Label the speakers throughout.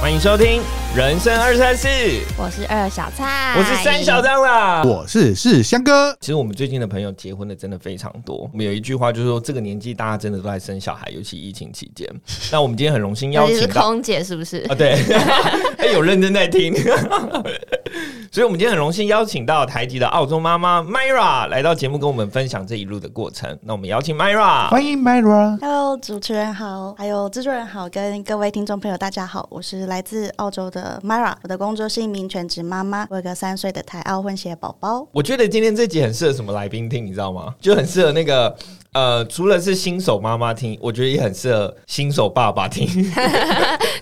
Speaker 1: 欢迎收听《人生二三四》，
Speaker 2: 我是二小菜，
Speaker 1: 我是三小张啦。
Speaker 3: 我是是香哥，
Speaker 1: 其实我们最近的朋友结婚的真的非常多。我们有一句话就是说，这个年纪大家真的都在生小孩，尤其疫情期 间。那我们今天很荣幸邀
Speaker 2: 尤其是
Speaker 1: 请到
Speaker 2: 空姐是不是
Speaker 1: 啊，？对， 哎有认真在听。 所以，我们今天很荣幸邀请到台籍的澳洲妈妈 Myra 来到节目，跟我们分享这一路的过程。那我们邀请 Myra，
Speaker 3: 欢迎 Myra。
Speaker 4: Hello，主持人好，还有制作人好，跟各位听众朋友大家好，我是来自澳洲的 Mara，我的工作是一名全职妈妈，我有个三岁的台澳混血宝宝。
Speaker 1: 我觉得今天这集很适合什么来宾听，你知道吗？就很适合那个呃，除了是新手妈妈听，我觉得也很适合新手爸爸听。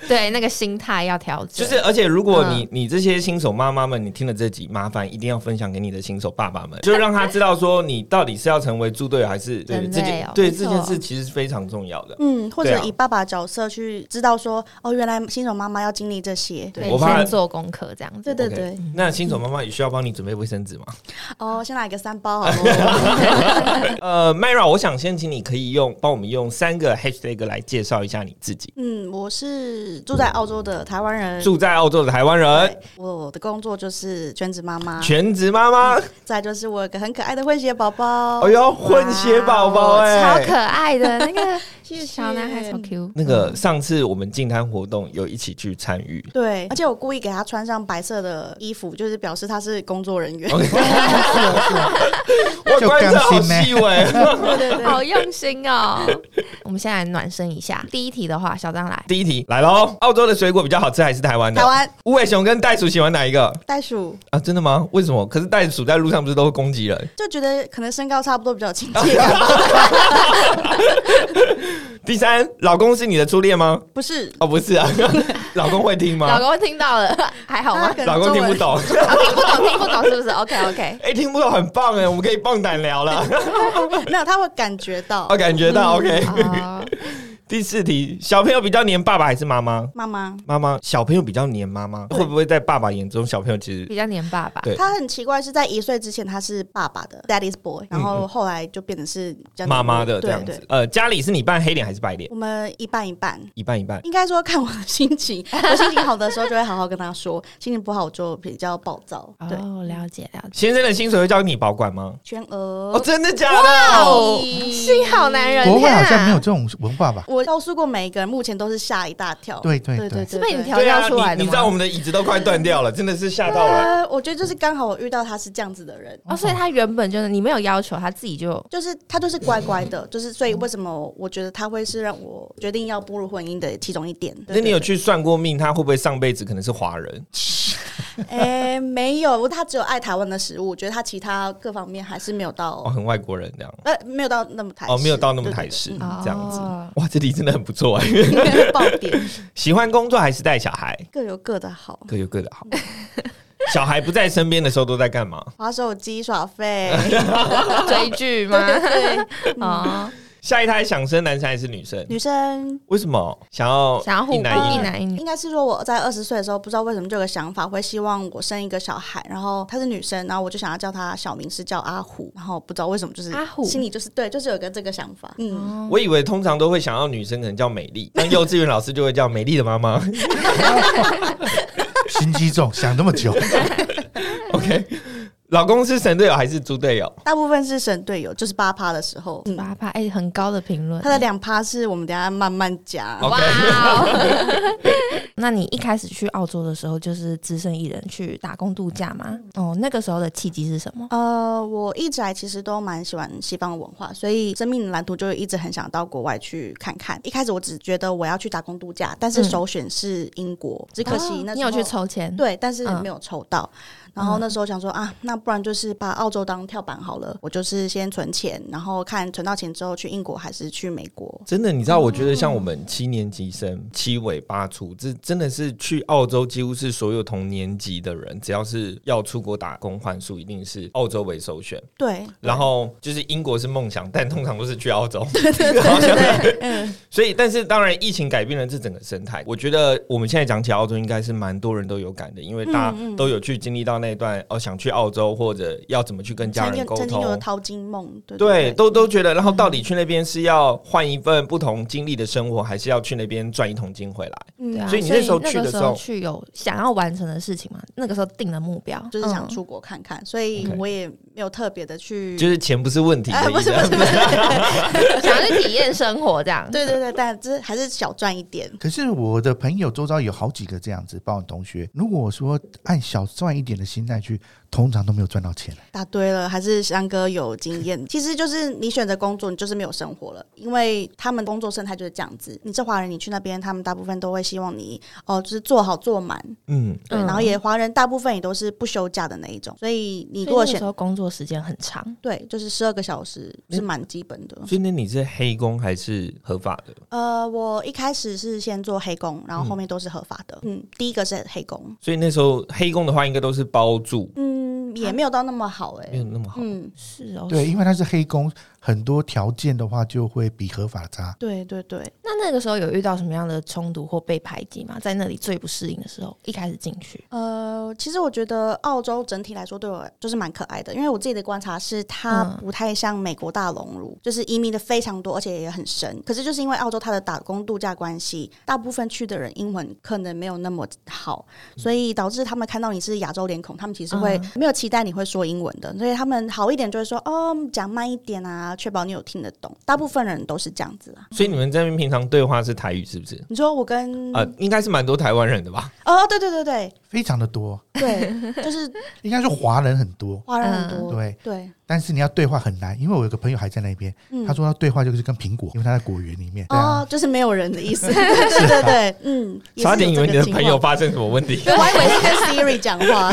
Speaker 2: 对，那个心态要调
Speaker 1: 就
Speaker 2: 整。
Speaker 1: 是，而且如果
Speaker 2: 嗯
Speaker 1: 你、你这些新手妈妈们，你听了这集，麻烦一定要分享给你的新手爸爸们，就让他知道说你到底是要成为猪队友还是对
Speaker 2: 人类
Speaker 1: 这件
Speaker 2: 哦
Speaker 1: 对
Speaker 2: 没错
Speaker 1: 这件事其实是非常重要的。
Speaker 4: 嗯，或
Speaker 1: 对
Speaker 4: 者
Speaker 1: 啊
Speaker 4: 以爸爸角色去知道说，哦，原来新手妈妈要经历这些。
Speaker 2: 对，
Speaker 1: 我怕
Speaker 2: 先做功课这样子。
Speaker 4: 对对
Speaker 1: OK
Speaker 4: 对，
Speaker 2: 嗯
Speaker 1: 那新手妈妈也需要帮你准备卫生纸吗？
Speaker 4: 哦，先来个三包好了。
Speaker 1: 呃，Myra，我想先请你可以用帮我们用三个 hashtag 来介绍一下你自己。
Speaker 4: 嗯，我是住在澳洲的台湾人。
Speaker 1: 住在澳洲的台湾人
Speaker 4: 对，我的工作就是全职妈妈，
Speaker 1: 全职妈妈，
Speaker 4: 再就是我有个很可爱的混血宝宝。
Speaker 1: 哎呦，混血宝宝
Speaker 2: 超
Speaker 1: 哎、
Speaker 2: 可爱的那 个
Speaker 4: 谢
Speaker 2: 小男孩，超 Q。
Speaker 1: 那个上次我们进摊活动有一起去参与，
Speaker 4: 对，而且我故意给他穿上白色的衣服，就是表示他是工作人员。
Speaker 1: 哦啊我
Speaker 3: 就
Speaker 1: 观察好
Speaker 3: 甘心欸
Speaker 1: 细微。
Speaker 4: 对对
Speaker 2: 嗯
Speaker 4: 对，
Speaker 2: 好用心哦！ 我们现在暖身一下。第一题的话，小张来，
Speaker 1: 第一题来喽，澳洲的水果比较好吃还是台湾的？
Speaker 4: 台湾
Speaker 1: 无尾熊跟袋鼠喜欢哪一个
Speaker 4: 袋鼠
Speaker 1: 啊？真的吗？为什么？可是袋鼠在路上不是都会攻击人？
Speaker 4: 就觉得可能身高差不多比较有亲切感吧，
Speaker 1: 第三，老公是你的初恋吗？
Speaker 4: 不是？
Speaker 1: 哦，不是啊， 老公会听
Speaker 2: 老
Speaker 1: 吗？
Speaker 2: 公听到了， 还好吗
Speaker 4: 他？可能
Speaker 1: 啊老公
Speaker 4: 中
Speaker 1: 听
Speaker 4: 文
Speaker 1: 不。懂，
Speaker 2: 啊听不懂，听不懂是不是？OK OK，
Speaker 1: 哎、听不懂很棒哎，我们可以棒胆聊了，
Speaker 4: 没有，他会感觉到
Speaker 1: 我感觉到 OK。
Speaker 2: 哦，
Speaker 1: 第四题，小朋友比较黏爸爸还是妈妈？
Speaker 4: 妈妈。
Speaker 1: 妈妈，小朋友比较黏妈妈，
Speaker 4: 对
Speaker 1: 会不会在爸爸眼中，小朋友其实
Speaker 2: 比较黏爸爸。
Speaker 1: 对
Speaker 4: 他很奇怪，是在一岁之前他是爸爸的 daddy's boy，然后后来就变成是比较
Speaker 1: 嗯妈妈的这
Speaker 4: 对
Speaker 1: 样
Speaker 4: 对
Speaker 1: 子？，呃，家里是你扮黑脸还是白脸？
Speaker 4: 我们一半一半。
Speaker 1: 一半一半。
Speaker 4: 应该说看我的心情，我心情好的时候就会好好跟他说，心情不好就比较暴躁。对，
Speaker 1: 啊
Speaker 2: 哦，了解了解。
Speaker 1: 先生的薪水会交给你保管吗？
Speaker 4: 全额
Speaker 1: 哦，真的假
Speaker 2: 哇
Speaker 1: 的？
Speaker 2: 哦幸好男人，
Speaker 3: 国外好
Speaker 2: 天
Speaker 3: 像
Speaker 2: 啊
Speaker 3: 没有这种文化吧？
Speaker 4: 我告诉过每一个人，目前都是吓一大跳。
Speaker 3: 对对
Speaker 4: 哦对
Speaker 3: 对
Speaker 4: 对，
Speaker 2: 是被你调
Speaker 1: 对
Speaker 2: 教出
Speaker 1: 啊、
Speaker 2: 来
Speaker 1: 你
Speaker 2: 的
Speaker 1: 你
Speaker 2: 吗？
Speaker 1: 知道我们的椅子都快断 掉了，真的是吓到了。
Speaker 4: 呃，我觉得就是刚好我遇到他是这样子的人，
Speaker 2: 哦，所以他原本就是你没有要求，他自己 就
Speaker 4: 就是他就是乖乖
Speaker 1: 嗯
Speaker 4: 的，就是所以为什么我觉得他会是让我决定要步入婚姻的其中一点。对
Speaker 1: 那你有？
Speaker 4: 对
Speaker 1: 去算过命，他会不会上辈子可能是华人？
Speaker 4: 对哎、没有，我他只有爱台湾的食物，我觉得他其他各方面还是没有到，
Speaker 1: 哦，很外国人这样。
Speaker 4: 呃，没有到那么台式
Speaker 1: 哦，没有到那么
Speaker 4: 对对
Speaker 1: 台
Speaker 4: 对
Speaker 1: 式
Speaker 4: 嗯
Speaker 1: 这样子
Speaker 2: 哦。
Speaker 1: 哇，这题真的很不错 哎。
Speaker 4: 爆点，
Speaker 1: 喜欢工作还是带小孩？
Speaker 4: 各有各的好。
Speaker 1: 各有各的 好。小孩不在身边的时候都在干嘛？
Speaker 4: 划手机耍废，
Speaker 2: 追剧吗？ 哦，
Speaker 1: 下一胎想生男生还是女生？
Speaker 4: 女生
Speaker 1: 为什么想要
Speaker 2: 想要互
Speaker 1: 一
Speaker 2: 补
Speaker 1: 男一
Speaker 2: 一
Speaker 1: 女？
Speaker 2: 男一女，
Speaker 4: 应该是说我在二十岁的时候，不知道为什么就有个想法，会希望我生一个小孩，然后她是女生，然后我就想要叫她小名是叫阿虎，然后不知道为什么就是
Speaker 2: 阿虎
Speaker 4: 心里就是对，就是有一个这个想法，嗯，
Speaker 1: 我以为通常都会想要女生，可能叫美 丽，但幼稚园老师就会叫美丽的妈妈。
Speaker 3: 心机重，想那么 久，
Speaker 1: OK，老公是神队友还是猪队友？
Speaker 4: 大部分是省队友，就是八趴的时候，嗯，
Speaker 2: 八八哎，很高的评论
Speaker 4: 他。的两趴是我们等一下慢慢加，
Speaker 1: OK
Speaker 2: 哇哦！ 那你一开始去澳洲的时候，就是只身一人去打工度假吗？哦，那个时候的契机是什么？
Speaker 4: 呃，我一直来其实都蛮喜欢西方文化，所以生命蓝图就一直很想到国外去看看。一开始我只觉得我要去打工度假，但是
Speaker 2: 嗯
Speaker 4: 首选是英国，只可惜那
Speaker 2: 哦
Speaker 4: 时
Speaker 2: 你有
Speaker 4: 候
Speaker 2: 去抽签？
Speaker 4: 对，但是
Speaker 2: 嗯
Speaker 4: 没有抽到。然后那时候想说啊，那不然就是把澳洲当跳板好了，我就是先存钱，然后看存到钱之后去英国还是去美国。
Speaker 1: 真的，你知道，我觉得像我们七年级生七尾八出，这真的是去澳洲，几乎是所有同年级的人，只要是要出国打工换宿，一定是澳洲为首选。
Speaker 4: 对，
Speaker 1: 然后就是英国是梦想，但通常都是去澳 洲。对对对，嗯。 所以，但是当然，疫情改变了这
Speaker 4: 嗯
Speaker 1: 整个生态。我觉得我们现在讲起澳洲，应该是蛮多人都有感的，因为大家都有去经历到那一段哦，想去澳洲或者要怎么去跟家
Speaker 4: 曾
Speaker 1: 人
Speaker 4: 经
Speaker 1: 沟
Speaker 4: 曾经有了
Speaker 1: 通。
Speaker 4: 淘金梦，对
Speaker 1: 对，
Speaker 4: 对，嗯
Speaker 1: 都都觉得，然后到底去那边是要换一份不同经历的生活，还是要去那边赚一桶金回来？
Speaker 4: 嗯
Speaker 2: 对啊，
Speaker 1: 所以你那
Speaker 2: 那
Speaker 1: 时候去的
Speaker 2: 个
Speaker 1: 时
Speaker 2: 时
Speaker 1: 候
Speaker 2: 候去有想要完成的事情嘛？那个时候定了目标，
Speaker 4: 就是想
Speaker 2: 嗯
Speaker 4: 出国看看，所以
Speaker 1: OK
Speaker 4: 我也没有特别的去，
Speaker 1: 就是钱不是问题
Speaker 4: 哎，
Speaker 1: 的
Speaker 4: 嗯不
Speaker 1: 意
Speaker 4: 是
Speaker 1: 思。
Speaker 4: 不是不是，
Speaker 2: 想要去体验生活这样。
Speaker 4: 对对对，但就是还是小赚一点，
Speaker 3: 可是我的朋友周遭有好几个这样子，包括同学。如果我说按小赚一点的心态去，通常都没有赚到钱。
Speaker 4: 答对了，还是翔哥有经验。其实就是你选择工作，你就是没有生活了，因为他们工作生态就是这样子。你是华人，你去那边，他们大部分都会希望你哦，就是做好做满，
Speaker 1: 嗯，
Speaker 4: 对。
Speaker 2: 嗯
Speaker 4: 然后也华人大部分也都是不休假的那一种，所以你
Speaker 2: 你
Speaker 4: 如果
Speaker 2: 那个
Speaker 4: 选
Speaker 2: 时候工作时间很长，
Speaker 4: 对，就是十二个小时是蛮基本的。
Speaker 1: 所以那你是黑工还是合法的？
Speaker 4: 呃，我一开始是先做黑工，然后后面都是合法的。嗯，第一个是黑工，
Speaker 1: 所以那时候黑工的话，应该都是包住，
Speaker 4: 嗯，也没有到那么好哎、
Speaker 1: 没有那么好。
Speaker 4: 嗯，
Speaker 2: 是哦。
Speaker 3: 对，因为它是黑工，很多条件的话就会比合法差。
Speaker 4: 对对对。
Speaker 2: 那那个时候有遇到什么样的冲突或被排挤吗？在那里最不适应的时候，一开始进去，
Speaker 4: 呃，其实我觉得澳洲整体来说对我就是蛮可爱的，因为我自己的观察是，它
Speaker 2: 嗯
Speaker 4: 不太像美国大熔炉，就是移民的非常多，而且也很深。可是就是因为澳洲它的打工度假关系，大部分去的人英文可能没有那么好，所以导致他们看到你是亚洲脸孔，他们其实会
Speaker 2: 嗯
Speaker 4: 没有期待你会说英文的，所以他们好一点就会说哦，讲慢一点啊，确保你有听得懂。大部分人都是这样子啊。
Speaker 1: 所以你们在那边平常对话是台语是不是？
Speaker 4: 你说我跟、
Speaker 1: 啊、应该是蛮多台湾人的吧？
Speaker 4: 哦，对对对对
Speaker 3: 非常的多，
Speaker 4: 对，就是
Speaker 3: 应该说华人很多，
Speaker 4: 华人
Speaker 2: 嗯
Speaker 4: 很多，
Speaker 3: 对。
Speaker 4: 对。
Speaker 3: 但是你要对话很难，因为我有个朋友还在那边，
Speaker 4: 嗯
Speaker 3: 他说他对话就是跟苹果，因为他在果园里面。啊对啊，
Speaker 4: 哦，就是没有人的意思。 对 对对对，嗯，也是
Speaker 1: 差点以为你的
Speaker 4: 有这个
Speaker 1: 朋友
Speaker 4: 情况，
Speaker 1: 发生什么问题。
Speaker 4: 对，我还以为是跟 Siri 讲话。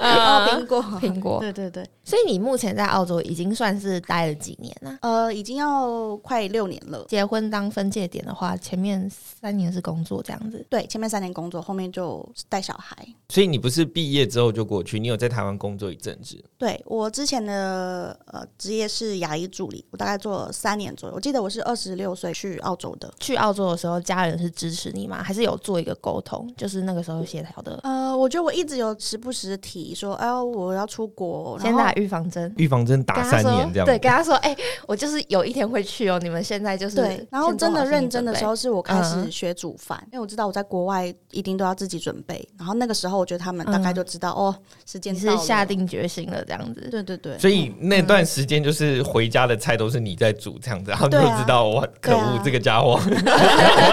Speaker 4: 哦，苹果，
Speaker 2: 哦呃苹果。
Speaker 4: 对对对，
Speaker 2: 所以你目前在澳洲已经算是待了几年啦、
Speaker 4: 呃，已经要快六年了。
Speaker 2: 结婚当分界点的话，前面三年是工作这样子。
Speaker 4: 对，前面三年工作，后面就带小孩。
Speaker 1: 所以你不是毕业之后就过去，你有在台湾工作一阵子。
Speaker 4: 对我之前的呃职业是牙医助理，我大概做了三年左右。我记得我是二十六岁去澳洲的。
Speaker 2: 去澳洲的时候，家人是支持你吗？还是有做一个沟通？就是那个时候协调的，
Speaker 4: 呃，我觉得我一直有时不时地提说，哎、我要出国，然
Speaker 2: 先
Speaker 4: 后
Speaker 2: 打预防针。
Speaker 1: 预防针打
Speaker 2: 跟他
Speaker 1: 三
Speaker 2: 说
Speaker 4: 啊
Speaker 1: 年这样，
Speaker 2: 对，跟他说，哎、我就是有一天会去哦，你们现在就是
Speaker 4: 对，然后
Speaker 2: 先做
Speaker 4: 真
Speaker 2: 好
Speaker 4: 的
Speaker 2: 心理
Speaker 4: 认真的
Speaker 2: 准备
Speaker 4: 时候，是我开始
Speaker 2: 嗯
Speaker 4: 学煮饭，因为我知道我在国外一定都要自己准备。然后那个时候，我觉得他们大概就知道、哦，时间
Speaker 2: 嗯你
Speaker 4: 到
Speaker 2: 是
Speaker 4: 了
Speaker 2: 下，定决心了这样子。
Speaker 4: 对对对，
Speaker 1: 所以那段时间就是回家的菜都是你在煮这样子，然后你就
Speaker 4: 对啊
Speaker 1: 知道哇，可
Speaker 4: 对
Speaker 1: 恶
Speaker 4: 啊
Speaker 1: 这个家伙，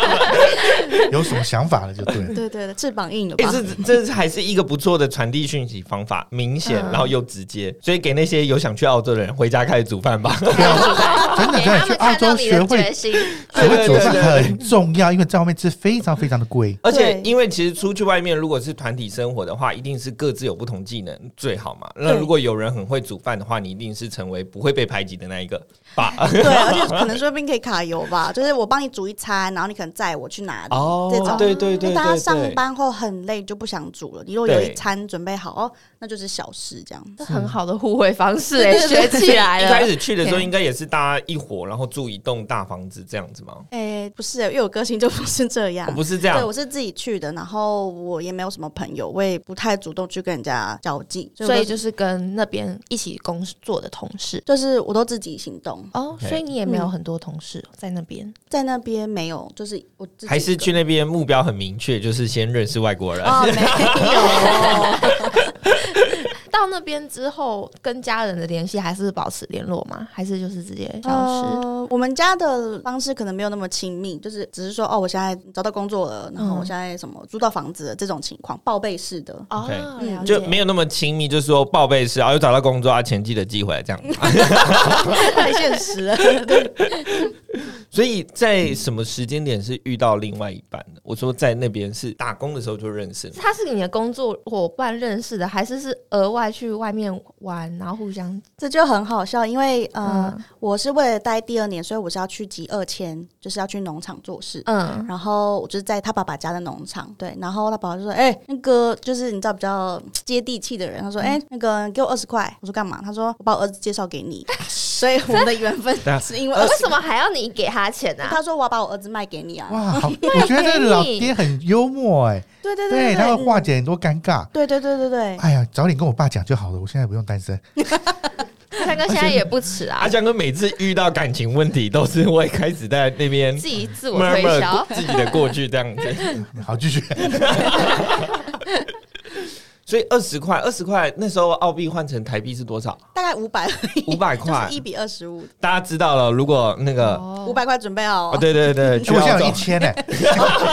Speaker 3: 有什么想法了就对了。
Speaker 4: 对对对，翅膀硬了
Speaker 1: 哎
Speaker 4: 吧？
Speaker 1: 这这这还是 一个不错的传递讯息方法，明显
Speaker 2: 嗯
Speaker 1: 然后又直接，所以给那些有想去澳洲的人，回家开始煮饭吧。
Speaker 3: 对啊，真的
Speaker 2: 给
Speaker 3: 真
Speaker 2: 他
Speaker 3: 的去
Speaker 2: 们
Speaker 3: 澳
Speaker 2: 看到
Speaker 3: 洲
Speaker 2: 你
Speaker 3: 学
Speaker 2: 的
Speaker 3: 会
Speaker 2: 决心，
Speaker 3: 学会煮
Speaker 1: 对对
Speaker 3: 饭
Speaker 1: 对
Speaker 3: 很重要，因为在外面吃非常非常的贵。
Speaker 1: 而且
Speaker 4: 对，
Speaker 1: 因为其实出去外面，如果是团体生活的话，一定是各自有不同技能最好嘛。那
Speaker 4: 对
Speaker 1: 如果有人很会煮饭的话，你一定是成为不会被排挤的那一个吧？
Speaker 4: 对，而且可能说不定可以卡油吧，就是我帮你煮一餐，然后你可能载我去哪里。
Speaker 1: 哦
Speaker 4: 啊这种
Speaker 1: 对对
Speaker 4: 因
Speaker 1: 对
Speaker 4: 为大家
Speaker 1: 对
Speaker 4: 上
Speaker 1: 对。
Speaker 4: 班后很累，就不想煮了。你如果有
Speaker 1: 对
Speaker 4: 一餐准备好哦，那就是小事这样。
Speaker 2: 这很好的互惠方式哎、
Speaker 4: 对对
Speaker 2: 学
Speaker 4: 对
Speaker 2: 起来
Speaker 1: 一开
Speaker 2: 了。
Speaker 1: 始去的时候，应该也是大家一伙，然后住一栋大房子这样子吗？
Speaker 4: 哎、不是，因为我个性就不是这样。
Speaker 1: 哦，不是这
Speaker 4: 对，
Speaker 1: 样
Speaker 4: 我，是自己去的，然后我也没有什么朋友，我也不太主动去跟人家交际，
Speaker 2: 所
Speaker 4: 我
Speaker 2: 以
Speaker 4: 都
Speaker 2: 就是跟那边一起工作的同事
Speaker 4: 就是我都自己行动，
Speaker 2: 哦，
Speaker 1: 对
Speaker 2: 所以你也没有
Speaker 4: 嗯
Speaker 2: 很多同事哦在那边。
Speaker 4: 在那边没有，就是我自己一个
Speaker 1: 还是去那边目标很明确，就是先认识外国人。
Speaker 4: 哦，没有，
Speaker 2: 到那边之后，跟家人的联系还是保持联络吗？还是就是直接消失？
Speaker 1: 嗯
Speaker 4: 呃，我们家的方式可能没有那么亲密，就是只是说哦，我现在找到工作了，然后
Speaker 2: 嗯
Speaker 4: 我现在什么租到房子了这种情况，报备 式的。
Speaker 2: 哦
Speaker 1: OK，
Speaker 2: 了解
Speaker 1: 就没有那么亲密，就是说报备是啊，又找到工作啊，钱记得寄回来这 样。
Speaker 4: 太现实了，对
Speaker 1: 所以在什么时间点是遇到另外一半的？我说在那边是打工的时候就认识吗，
Speaker 2: 他是你的工作伙伴认识的，还是是额外去外面玩，然后互相
Speaker 4: 这就很好笑，因为呃，
Speaker 2: 嗯
Speaker 4: 我是为了待第二年，所以我是要去集二签，就是要去农场做事。
Speaker 2: 嗯
Speaker 4: 然后我就是在他爸爸家的农场，对，然后他爸爸就说：“哎、那个就是你知道比较嗯接地气的人。”他说：“哎、那个给我二十块。”我说：“ 干嘛？”他说：“我把我儿子介绍给你。”所以我们的缘分
Speaker 1: 对啊
Speaker 4: 是因为
Speaker 2: 呃为什么还要你给他他钱啊？
Speaker 4: 他说我要把我儿子卖给你啊，
Speaker 3: 哇，好，我觉得这个老
Speaker 2: 给你
Speaker 3: 爹很幽默哎、
Speaker 4: 对对
Speaker 3: 对
Speaker 4: 对，
Speaker 3: 他会化解很多尴尬。
Speaker 4: 对对对对对，
Speaker 3: 哎呀，早点跟我爸讲就好了，我现在不用单身。
Speaker 2: 他哥现在也不迟啊
Speaker 1: 阿，强哥每次遇到感情问题，都是会开始在那边
Speaker 2: 自己自我推
Speaker 1: murmur
Speaker 2: 销。
Speaker 1: 自己的过去这样子。
Speaker 3: 好，继续。
Speaker 1: 所以二十块，二十块那时候澳币换成台币是多 少？
Speaker 4: 大概五百
Speaker 1: 五百
Speaker 4: 就
Speaker 1: 块
Speaker 4: 是。一比二十五，
Speaker 1: 大家知道了，如果那个
Speaker 4: 五
Speaker 2: 哦，
Speaker 4: 百块准备好
Speaker 1: 哦，
Speaker 4: 哦，
Speaker 1: 对对 对，去
Speaker 3: 我现
Speaker 1: 澳
Speaker 3: 在有一
Speaker 1: 洲
Speaker 3: 千哎，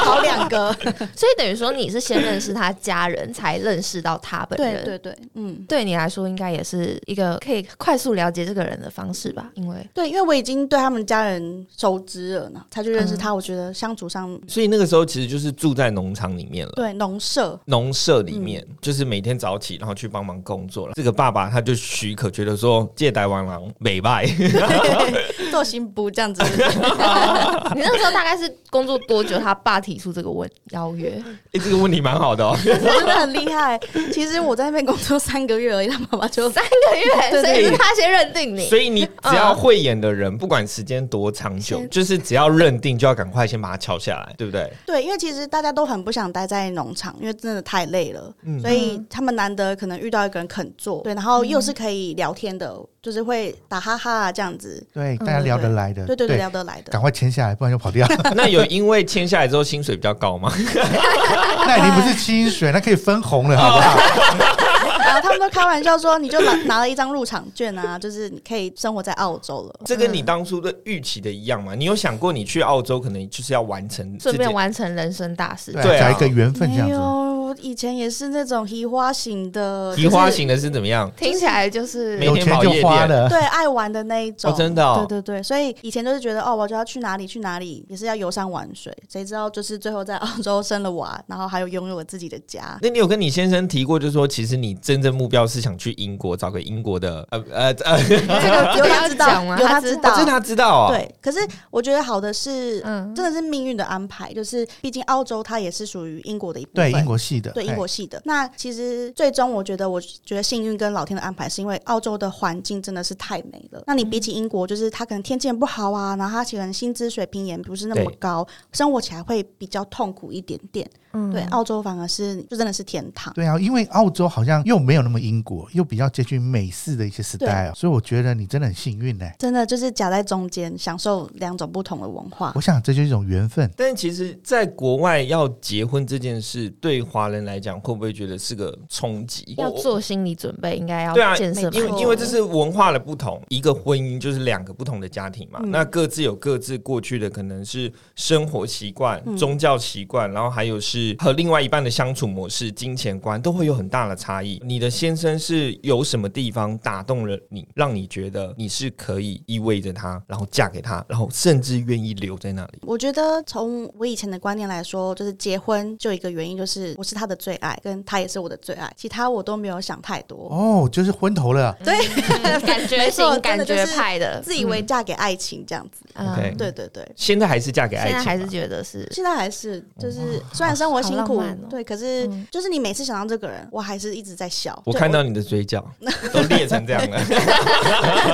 Speaker 4: 好两个，
Speaker 2: 所以等于说你是先认识他家人，才认识到他本
Speaker 4: 对
Speaker 2: 人。
Speaker 4: 对对，嗯。
Speaker 2: 对你来说，应该也是一个可以快速了解这个人的方式吧？因为
Speaker 4: 对，因为我已经对他们家人熟知了呢，才去认识他。我觉得相处上，
Speaker 1: 所以那个时候其实就是住在农场里面了。
Speaker 4: 对农舍，
Speaker 1: 农舍里面，
Speaker 2: 嗯
Speaker 1: 就是每天早起，然后去帮忙工作了。这个爸爸他就许可，觉得说借台湾狼美拜，
Speaker 4: 做新不这样子，
Speaker 2: 你那时候大概是工作多久，他爸提出这个问邀 约？
Speaker 1: 哎，这个问题蛮好的哦。
Speaker 4: 真的很厉害。其实我在那边工作三个月而已，他妈妈就
Speaker 2: 三个月，
Speaker 4: 对对
Speaker 2: 所以是他先认定你。
Speaker 1: 所以你只要慧眼的人，不管时间多长久，
Speaker 2: 先
Speaker 1: 就是只要认定，就要赶快先把它敲下来，对不对？
Speaker 4: 对，因为其实大家都很不想待在农场，因为真的太累了，嗯
Speaker 1: 嗯
Speaker 4: 所以他们难得可能遇到一个人肯做，对，然后又是可以聊天的，就是会打哈哈啊这样子，
Speaker 3: 对，大家聊得来的，
Speaker 4: 对对对，聊得来的
Speaker 3: 赶。快签下来，不然就跑掉。
Speaker 1: 那有因为签下来之后薪水比较高 吗？
Speaker 3: 那已经不是清水，那可以分红了，好不
Speaker 1: 哦
Speaker 3: 好？
Speaker 4: 然后他们都开玩笑说，你就拿拿了一张入场券啊，就是你可以生活在澳洲了。
Speaker 1: 这跟你当初的预期的一样吗？你有想过你去澳洲可能就是要完成这
Speaker 2: 顺便
Speaker 1: 件？
Speaker 2: 完成人生大事，
Speaker 1: 对
Speaker 3: 对，
Speaker 1: 啊
Speaker 3: 找一个缘分这样
Speaker 4: 没有，
Speaker 3: 子。
Speaker 4: 我以前也是那种移花型的，
Speaker 1: 移花
Speaker 4: 就是
Speaker 1: 型的是怎么样？
Speaker 2: 听起来就是
Speaker 1: 没
Speaker 3: 有钱就花了，
Speaker 4: 对，爱玩的那一种，
Speaker 1: 哦真的哦
Speaker 4: 对对对，所以以前就是觉得哦，我就要去哪里去哪里，也是要游山玩水，谁知道就是最后在澳洲生了娃，然后还有拥有了自己的家。
Speaker 1: 那你有跟你先生提过，就是说其实你真正目标是想去英国找个英国的呃呃呃，
Speaker 4: 这个有他知
Speaker 2: 不要讲
Speaker 4: 道，
Speaker 2: 啊
Speaker 4: 有
Speaker 2: 他知
Speaker 4: 知
Speaker 1: 这、
Speaker 4: 道，
Speaker 1: 他知道啊、哦。
Speaker 4: 对。可是我觉得好的是，
Speaker 2: 嗯
Speaker 4: 真的是命运的安排，就是毕竟澳洲它也是属于英国的一部分，
Speaker 3: 对英国系的，
Speaker 4: 对英国
Speaker 3: 哎
Speaker 4: 系的。那其实最终我觉得，我觉得幸运跟老天的安排，是因为澳洲的环境真的是太美了。那你比起英国，就是它可能天气很不好啊，然后它可能薪资水平也不是那么
Speaker 1: 对
Speaker 4: 高，生活起来会比较痛苦一点点。
Speaker 2: 嗯
Speaker 4: 对，澳洲反而是就真的是天堂。
Speaker 3: 对啊，因为澳洲好像又没有那么英国，又比较接近美式的一些 style，所以我觉得你真的很幸运呢。欸
Speaker 4: 真的就是夹在中间，享受两种不同的文化
Speaker 3: 我。想这就是一种缘分。
Speaker 1: 但其实，在国外要结婚这件事，对华人来讲，会不会觉得是个冲击？
Speaker 2: 要
Speaker 1: 我
Speaker 2: 做心理准备，应该要
Speaker 1: 对啊
Speaker 2: 建设
Speaker 1: 因
Speaker 2: 蛮多
Speaker 1: 为
Speaker 2: 的，
Speaker 1: 因为这是文化的不同，一个婚姻就是两个不同的家庭嘛，
Speaker 4: 嗯
Speaker 1: 那各自有各自过去的可能是生活习惯、
Speaker 4: 嗯
Speaker 1: 宗教习惯，然后还有是和另外一半的相处模式、金钱观都会有很大的差异。你的先生是有什么地方打动了你，让你觉得你是可以依偎着他，然后嫁给他，然后甚至愿意留在那里？
Speaker 4: 我觉得从我以前的观念来说，就是结婚就一个原因，就是我是他的最爱，跟他也是我的最爱，其他我都没有想太多。
Speaker 3: 哦，就是昏头了，
Speaker 2: 嗯 感觉
Speaker 4: 没错
Speaker 2: 型、
Speaker 4: 真
Speaker 2: 感
Speaker 4: 的就是
Speaker 2: 觉派的，
Speaker 4: 自以为嫁给爱情这样子，
Speaker 2: 嗯
Speaker 1: OK
Speaker 4: 对对对。
Speaker 1: 现在还是嫁给爱
Speaker 2: 现
Speaker 1: 情
Speaker 2: 在
Speaker 1: 吧，
Speaker 2: 还是觉得是
Speaker 4: 现在还是就是，虽然生活辛苦
Speaker 2: 好浪漫哦，
Speaker 4: 对，可是
Speaker 2: 嗯
Speaker 4: 就是你每次想到这个人，我还是一直在笑。
Speaker 1: 我
Speaker 4: 对
Speaker 1: 看到你的嘴 角都裂成这样了。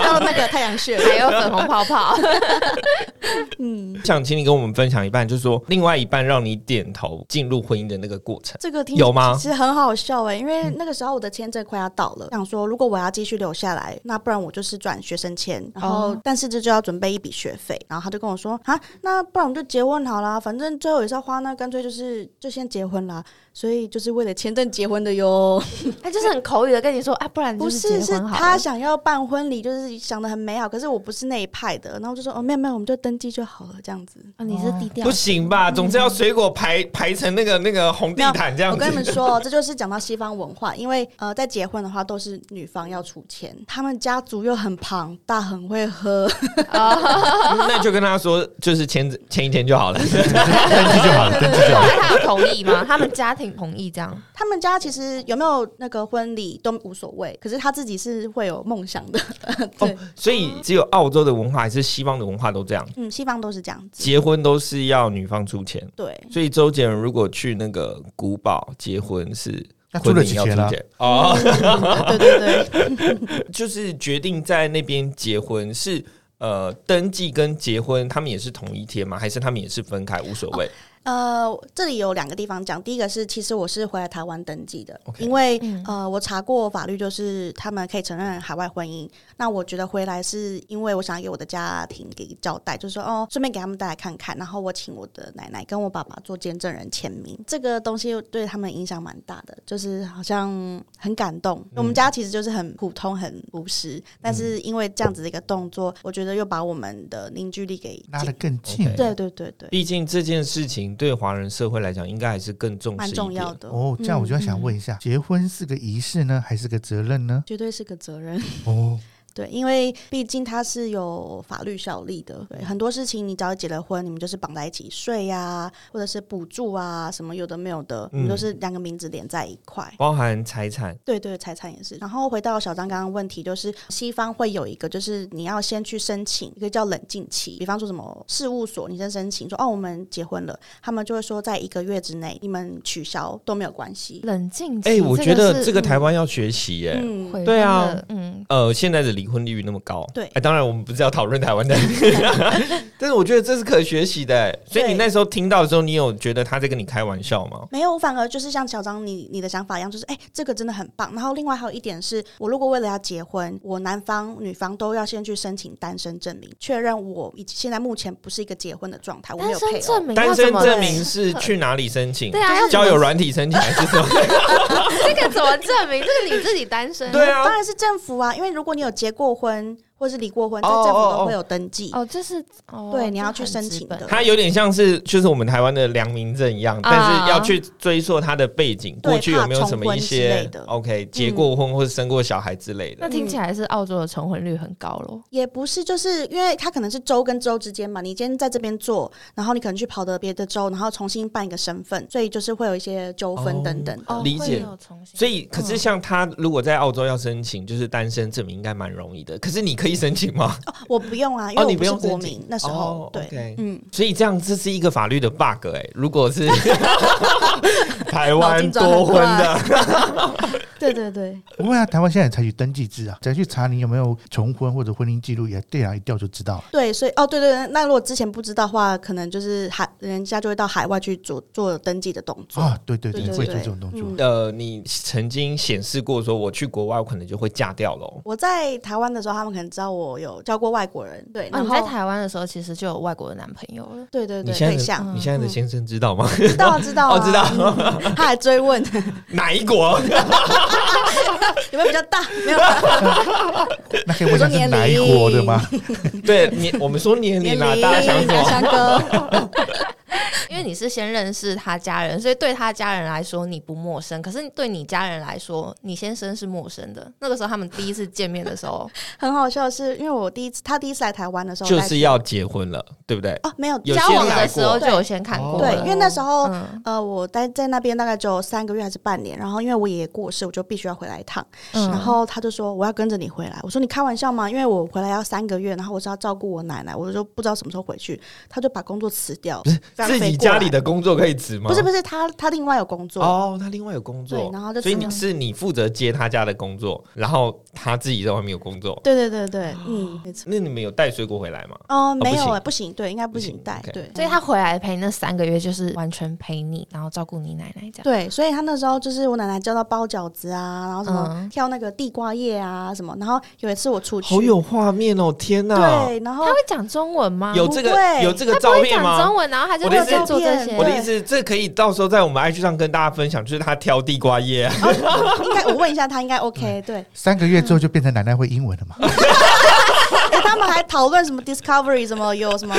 Speaker 4: 到那个太阳 穴了，
Speaker 2: 还有粉红泡泡，
Speaker 4: 嗯，
Speaker 1: 想请你跟我们分享一半，就是说另外一半让你点头进入婚姻的那个过程，
Speaker 4: 这个听
Speaker 1: 有
Speaker 2: 啊
Speaker 1: 吗
Speaker 4: 其实很好笑哎，因
Speaker 2: 嗯
Speaker 4: 为那个时候我的签证快要到了，想说如果我要继续留下来，那不然我就是转学生签，然后
Speaker 2: 哦
Speaker 4: 但是这就要准备一笔学费，然后他就跟我说啊，那不然我们就结婚好啦，反正最后也是要花，那干脆就是就先结婚啦，所以就是为了签证结婚的哟。
Speaker 2: 他就是很口语的跟你说啊，不然就
Speaker 4: 不是，
Speaker 2: 结
Speaker 4: 是
Speaker 2: 婚好
Speaker 4: 他
Speaker 2: 了。
Speaker 4: 想要办婚礼，就是想的很美好，可是我不是那一派的，然后就说哦，没有没有，我们就登记就好了，这样子。
Speaker 2: 哦你是低调
Speaker 1: 不，行吧？总是要水果排排成那个那个红地毯这样
Speaker 4: 我跟你们
Speaker 1: 子。
Speaker 4: 说哦，这就是讲到西方文化，因为呃，在结婚的话都是女方要出钱，他们家族又很庞大，很会喝，
Speaker 2: 哦
Speaker 1: 那就跟他说，就是签签一签就 好了。
Speaker 3: 登记就好了，登记就好
Speaker 2: 后
Speaker 3: 了。
Speaker 2: 来他有同意吗？他们家庭同意这样，
Speaker 4: 他们家其实有没有那个婚礼都无所谓，可是他自己是会有梦想的，
Speaker 1: 哦，所以只有澳洲的文化还是西方的文化都这样，
Speaker 4: 嗯，西方都是这样子，
Speaker 1: 结婚都是要女方出钱。
Speaker 4: 对。
Speaker 1: 所以周杰伦如果去那个古堡结婚是。
Speaker 3: 他出了
Speaker 1: 婚礼
Speaker 3: 几
Speaker 1: 要出
Speaker 3: 钱啊
Speaker 1: 钱哦，
Speaker 4: 对对对，
Speaker 1: 就是决定在那边结婚是呃登记跟结婚，他们也是同一天吗？还是他们也是分开？无所谓。
Speaker 4: 呃，这里有两个地方讲，第一个是其实我是回来台湾登记的
Speaker 1: OK
Speaker 4: 因为、
Speaker 2: 嗯
Speaker 4: 呃我查过法律，就是他们可以承认海外婚姻。那我觉得回来是因为我想给我的家庭给交代，就是说哦，顺便给他们带来看看，然后我请我的奶奶跟我爸爸做见证人签名，这个东西对他们影响蛮大的，就是好像很感动。
Speaker 3: 嗯
Speaker 4: 我们家其实就是很普通、很朴实，但是因为这样子的一个动作，我觉得又把我们的凝聚力给
Speaker 3: 拉
Speaker 4: 解
Speaker 3: 得更近
Speaker 1: OK
Speaker 4: 对对对对。
Speaker 1: 毕竟这件事情对华人社会来讲，应该还是更重
Speaker 4: 蛮
Speaker 1: 视一
Speaker 4: 重
Speaker 1: 点
Speaker 4: 要。的嗯
Speaker 3: 哦。这样我就要想问一下，结婚是个仪式呢，还是个责任呢？
Speaker 4: 绝对是个责任。
Speaker 3: 哦，
Speaker 4: 对，因为毕竟它是有法律效力的，对很多事情你只要结了婚，你们就是绑在一起税呀、或者是补助啊，什么有的没有的，
Speaker 3: 嗯
Speaker 4: 你们都是两个名字连在一块。
Speaker 1: 包含财产，
Speaker 4: 对对，财产也是。然后回到小张刚刚问题，就是西方会有一个，就是你要先去申请一个叫冷静期，比方说什么事务所，你先申请说哦，我们结婚了，他们就会说在一个月之内你们取消都没有关系。
Speaker 2: 冷静期。
Speaker 1: 哎、我觉得
Speaker 2: 是
Speaker 1: 这个
Speaker 2: 嗯
Speaker 1: 台湾要学习耶、
Speaker 4: 嗯
Speaker 2: 回
Speaker 1: 对啊
Speaker 2: 温的，嗯，
Speaker 1: 呃，现在的离婚率那么高，
Speaker 4: 对
Speaker 1: 哎、当然我们不是要讨论台湾 的，但是我觉得这是可学习的、哎所以你
Speaker 4: 对
Speaker 1: 那时候听到的时候，你有觉得他在跟你开玩笑吗？
Speaker 4: 没有，我反而就是像小张你你的想法一样，就是哎、这个真的很棒。然后另外还有一点是，我如果为了要结婚，我男方女方都要先去申请单身证明，确认我已现在目前不是一个结婚的状态，我没
Speaker 2: 单
Speaker 4: 有
Speaker 2: 身
Speaker 4: 配偶
Speaker 2: 证。明要
Speaker 1: 单
Speaker 2: 怎
Speaker 1: 身
Speaker 2: 么
Speaker 1: 证明是去哪里申请？
Speaker 2: 对啊，要
Speaker 1: 交友
Speaker 2: 怎么
Speaker 1: 软体申请还是 什么？
Speaker 2: 这个怎么证明？ 这个你自己单身
Speaker 1: 对
Speaker 4: 当
Speaker 1: 啊，
Speaker 4: 然是政府啊，因为如果你有结过婚或是离过婚，
Speaker 1: 哦
Speaker 4: 这政府
Speaker 1: 哦哦
Speaker 4: 都会有登记。
Speaker 2: 哦，这是哦，
Speaker 4: 对你要去
Speaker 2: 这很
Speaker 4: 申
Speaker 2: 基
Speaker 4: 请
Speaker 2: 本
Speaker 4: 的
Speaker 1: 他有点像是就是我们台湾的良民证一样，但
Speaker 2: 啊
Speaker 1: 是要去追溯他的背景，
Speaker 4: 对
Speaker 1: 过去有没有什
Speaker 4: 怕重
Speaker 1: 么
Speaker 4: 婚
Speaker 1: 一
Speaker 4: 之
Speaker 1: 些
Speaker 4: 类的嗯
Speaker 1: OK 结过婚或者生过小孩之类的
Speaker 2: 那。听起来是澳洲的重婚率很高咯。
Speaker 4: 也不是，就是因为他可能是州跟州之间嘛，你今天在这边做，然后你可能去跑到别的州，然后重新办一个身份，所以就是会有一些纠
Speaker 1: 哦
Speaker 4: 纷等等的。
Speaker 1: 哦理解会有
Speaker 2: 重新
Speaker 1: 所以，可
Speaker 4: 嗯
Speaker 1: 是像他如果在澳洲要申请，就是单身证明应该蛮容易的。可是你可以申请 吗？
Speaker 4: 我不用啊，因为
Speaker 1: 哦你
Speaker 4: 我
Speaker 1: 不
Speaker 4: 是
Speaker 1: 用
Speaker 4: 国
Speaker 1: 申请
Speaker 4: 民，那时
Speaker 1: 哦
Speaker 4: 候对
Speaker 1: OK，
Speaker 4: 嗯，
Speaker 1: 所以这样这是一个法律的 bug 哎、如果 是台
Speaker 4: 脑
Speaker 1: 湾
Speaker 4: 筋转很
Speaker 1: 多婚的，
Speaker 4: 对对对，
Speaker 3: 不会啊，台湾现在也采取登记制啊，只要去查你有没有重婚或者婚姻记录，也对啊，一调就知道了。
Speaker 4: 对，所以哦，对对对，那如果之前不知道的话，可能就是海人家就会到海外去做做登记的动作。
Speaker 3: 啊，对对
Speaker 4: 对
Speaker 3: 对，
Speaker 4: 对
Speaker 3: 会
Speaker 4: 对
Speaker 3: 做这种动作
Speaker 4: 嗯。
Speaker 1: 呃，你曾经显示过说我去国外，我可能就会嫁掉喽。
Speaker 4: 我在台湾的时候，他们可能知道我有教过外国人，对，
Speaker 2: 哦，
Speaker 4: 然
Speaker 2: 你
Speaker 4: 后、
Speaker 2: 在台湾的时候其实就有外国的男朋友了。
Speaker 4: 对对
Speaker 1: 你
Speaker 4: 对
Speaker 1: 现在
Speaker 4: 对嗯
Speaker 1: 的
Speaker 4: 象，
Speaker 1: 你现在的先生知道吗？
Speaker 4: 知道啊知道啊，
Speaker 1: 嗯 哦知道
Speaker 4: 嗯他还追问
Speaker 1: 哪一国？
Speaker 4: 有没有比较 大，没有啦，
Speaker 3: 那可以问一下是哪一国的吗？
Speaker 1: 对你，我们说年龄啦，
Speaker 4: 年
Speaker 1: 大家想什
Speaker 4: 大
Speaker 1: 么？
Speaker 4: 香哥，
Speaker 2: 因为你是先认识他家人，所以对他家人来说你不陌生，可是对你家人来说，你先生是陌生的。那个时候他们第一次见面的时候，
Speaker 4: 很好笑的是，因为我第一次他第一次来台湾的时候，
Speaker 1: 就是要结婚了，对不对？
Speaker 4: 哦没有
Speaker 1: 有
Speaker 2: 交
Speaker 1: 些
Speaker 2: 往
Speaker 1: 来
Speaker 2: 的
Speaker 1: 过哦
Speaker 2: 时候就有先看过
Speaker 1: 对
Speaker 4: 对，
Speaker 2: 了
Speaker 4: 因为那时候
Speaker 2: 嗯
Speaker 4: 呃，我待在那边大概只有三个月还是半年，然后因为我爷爷过世，我就必须要回来一趟。
Speaker 2: 嗯
Speaker 4: 然后他就说我要跟着你回来，我说你开玩笑吗？因为我回来要三个月，然后我是要照顾我奶奶，我就不知道什么时候回去。他就把工作辞掉，这样
Speaker 1: 自己
Speaker 4: 飞过来
Speaker 1: 家里的工作可以辞吗？
Speaker 4: 不是不是他他另外有工作，
Speaker 1: 哦，他另外有工作
Speaker 4: 对，然后就
Speaker 1: 所以你
Speaker 4: 这样
Speaker 1: 是你负责接他家的工作，然后他自己在外面有工作。
Speaker 4: 对对对对，嗯，没错。
Speaker 1: 那你们有带水果回来吗？
Speaker 4: 哦，没
Speaker 1: 哦不
Speaker 4: 有
Speaker 1: 行
Speaker 4: 哎，不行，对，应该不行
Speaker 1: 不行
Speaker 4: 带
Speaker 1: OK，
Speaker 4: 对，
Speaker 2: 所以他回来陪你那三个月就是完全陪你，然后照顾你奶奶这样。
Speaker 4: 对，所以他那时候就是我奶奶教他包饺子啊，然后什么
Speaker 2: 嗯
Speaker 4: 挑那个地瓜叶啊什么，然后有一次我出去，
Speaker 1: 好有画面哦！天哪，
Speaker 4: 对，然
Speaker 2: 他
Speaker 4: 后
Speaker 2: 会讲中文吗？
Speaker 1: 有这个
Speaker 4: 不会
Speaker 1: 有这个
Speaker 2: 他不
Speaker 1: 照
Speaker 2: 会
Speaker 1: 片
Speaker 2: 讲
Speaker 1: 吗
Speaker 2: 中？文，然后他就
Speaker 1: 我的意
Speaker 2: 在
Speaker 1: 思
Speaker 2: 做这些。
Speaker 4: 对
Speaker 1: 我的意思，这可以到时候在我们 IG 上跟大家分享，就是他挑地瓜叶啊，
Speaker 4: 应该我问一下他，应该 OK，对。
Speaker 3: 三个月之后就变成奶奶会英文了嘛？
Speaker 4: 欸他们还讨论什么 Discovery 什么有什么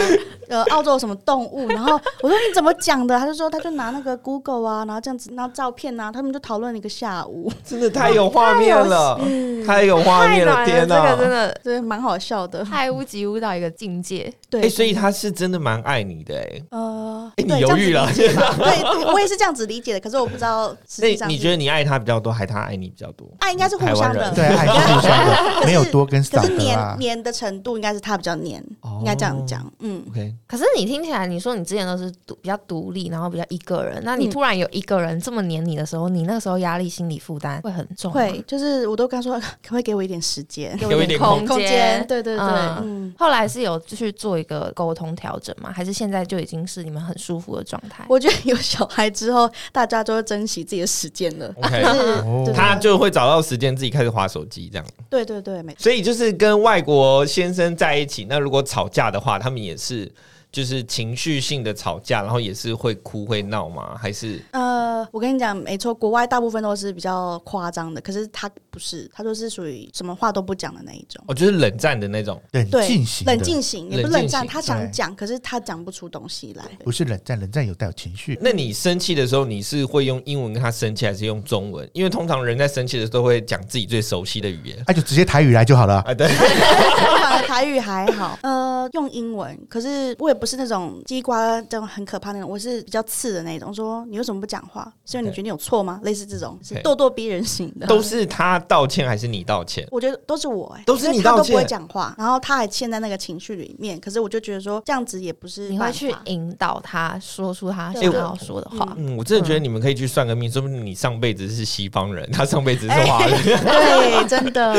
Speaker 4: 呃澳洲有什么动物，然后我说你怎么讲的？他就说他就拿那个 Google 啊，然后这样子拿照片啊，他们就讨论了一个下午，
Speaker 1: 真的太有画面了，太有画
Speaker 2: 太
Speaker 1: 面
Speaker 2: 暖了，
Speaker 1: 天
Speaker 2: 这
Speaker 1: 哪
Speaker 2: 个！真的
Speaker 4: 对，蛮好笑的。
Speaker 2: 太污及污到一个境界。
Speaker 4: 对，
Speaker 1: 哎，所以他是真的蛮爱你的哎。
Speaker 4: 呃，
Speaker 1: 哎，
Speaker 4: 对，
Speaker 1: 你犹豫了，
Speaker 4: 这样子理解 吧。对，我也是这样子理解的，可是我不知道实
Speaker 1: 那
Speaker 4: 际上
Speaker 1: 你
Speaker 4: 是啊
Speaker 1: 觉得你爱他比较多，还他爱你比较多？
Speaker 4: 爱应该是互相
Speaker 1: 台湾人
Speaker 4: 的，
Speaker 3: 对，爱是互相的，没有多跟少
Speaker 4: 可是
Speaker 3: 的啦
Speaker 4: 黏。黏的程度应该是他比较黏，
Speaker 1: 啊哦
Speaker 4: 应该这样讲。嗯，
Speaker 1: OK，
Speaker 2: 可是你听起来，你说你之前都是独比较独立，然后比较一个人，那你突然有一个人这么黏你的时候，你那个时候压力、心理负担会很重吗，
Speaker 4: 会，就是我都跟他说，可不可以给我一点时间、
Speaker 2: 给
Speaker 1: 有
Speaker 2: 我
Speaker 1: 一
Speaker 2: 一点
Speaker 1: 点
Speaker 2: 空
Speaker 4: 空间？
Speaker 2: 间。
Speaker 4: 对对对，
Speaker 2: 嗯
Speaker 4: 嗯。
Speaker 2: 后来是有去做一个沟通调整吗？还是现在就已经是你们很舒服的状态？
Speaker 4: 我觉得有小孩之后，大家都会珍惜自己的时间了。
Speaker 1: OK
Speaker 4: 就是
Speaker 3: 哦
Speaker 4: 对
Speaker 1: 他就会找到时间自己开始划手机这样。
Speaker 4: 对对对，没错。
Speaker 1: 所以就是跟外国先生在一起，那如果吵架的话，他们也是就是情绪性的吵架，然后也是会哭会闹吗？还是
Speaker 4: 呃，我跟你讲，没错，国外大部分都是比较夸张的，可是他不是，他就是属于什么话都不讲的那一种。
Speaker 1: 哦，就是冷战的那种？
Speaker 3: 冷
Speaker 4: 对，
Speaker 3: 静型的，
Speaker 4: 冷静型，也不
Speaker 1: 冷
Speaker 4: 是
Speaker 1: 静
Speaker 4: 冷战，
Speaker 1: 型
Speaker 4: 他想
Speaker 3: 对
Speaker 4: 讲，可是他讲不出东西来。
Speaker 3: 不是冷战，冷战有带有情绪。
Speaker 1: 那你生气的时候，你是会用英文跟他生气，还是用中文？因为通常人在生气的时候都会讲自己最熟悉的语言
Speaker 3: 那、就直接台语来就好了。
Speaker 1: 啊， 对，
Speaker 4: 我反而 台语还好，呃，用英文，可是我也不是那种鸡瓜这种很可怕那种，我是比较刺的那种。说你为什么不讲话？是因为你
Speaker 1: OK
Speaker 4: 觉得你有错吗？类似这种是
Speaker 1: OK
Speaker 4: 咄咄逼人型的。
Speaker 1: 都是他道歉还是你道歉？
Speaker 4: 我觉得都是我、欸，
Speaker 1: 都是
Speaker 4: 因为
Speaker 1: 你
Speaker 4: 他
Speaker 1: 道
Speaker 4: 都不会
Speaker 1: 歉
Speaker 4: 讲话，然后他还陷在那个情绪里面。可是我就觉得说这样子也不是
Speaker 2: 你会
Speaker 4: 办
Speaker 2: 去
Speaker 4: 法
Speaker 2: 引导他说出他
Speaker 4: 对
Speaker 2: 想
Speaker 1: 我
Speaker 2: 要说的话。
Speaker 1: 嗯，我真的觉得你们可以去算个命，说不定你上辈子是西方人，他上辈子是华人。
Speaker 4: 对，真的，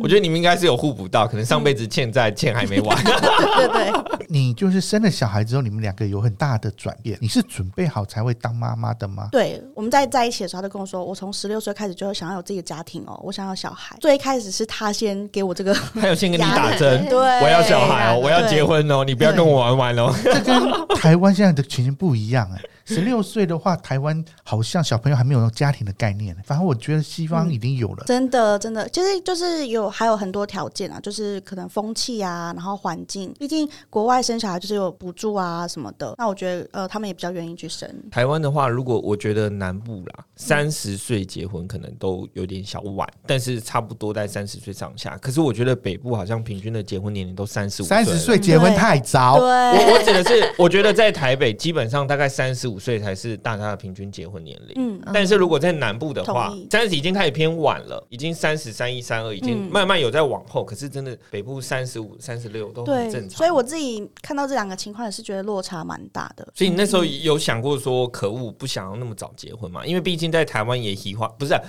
Speaker 1: 我觉得你们应该是有互补到，可能上辈子欠债欠还没完。
Speaker 4: 对对对。
Speaker 3: 你就是生了小孩之后，你们两个有很大的转变。你是准备好才会当妈妈的吗？
Speaker 4: 对，我们在在一起的时候，他就跟我说，我从十六岁开始就想要有自己的家庭哦，我想要小孩。最一开始是他先给我 这个，
Speaker 1: 他有先跟你打
Speaker 2: 对
Speaker 1: 针，
Speaker 4: 对，我
Speaker 1: 我要小孩哦，
Speaker 2: 对
Speaker 1: 我要结婚哦，你不要跟我玩玩哦。
Speaker 3: 这跟台湾现在的情形不一样哎、十六岁的话，台湾好像小朋友还没有家庭的概念、欸反正我觉得西方已经有了。
Speaker 4: 真的，真的，其实就是有还有很多条件啊，就是可能风气啊，然后环境，毕竟国外生小孩就是有补助啊什么的。那我觉得呃，他们也比较愿意去生。
Speaker 1: 台湾的话，如果我觉得南部啦，三十岁结婚可能都有点小晚，但是差不多在三十岁上下。可是我觉得北部好像平均的结婚年龄都三十五，
Speaker 3: 三十岁结婚
Speaker 4: 对
Speaker 3: 太早，
Speaker 4: 对，
Speaker 1: 我我指的是，我觉得在台北基本上大概三十五岁才是大家的平均结婚年龄。
Speaker 4: 嗯，
Speaker 1: 但是如果在南部的话
Speaker 4: 同意，
Speaker 1: 三十已经开始偏晚了，已经三十三一三二，已经
Speaker 4: 嗯
Speaker 1: 慢慢有在往后。可是真的北部三十五、三十六都很
Speaker 4: 对，
Speaker 1: 正常。啊
Speaker 4: 所以我自己看到这两个情况也是觉得落差蛮大的。
Speaker 1: 所以你那时候有想过说，可恶，不想要那么早结婚嘛？因为毕竟在台湾也喜欢，不是 啊、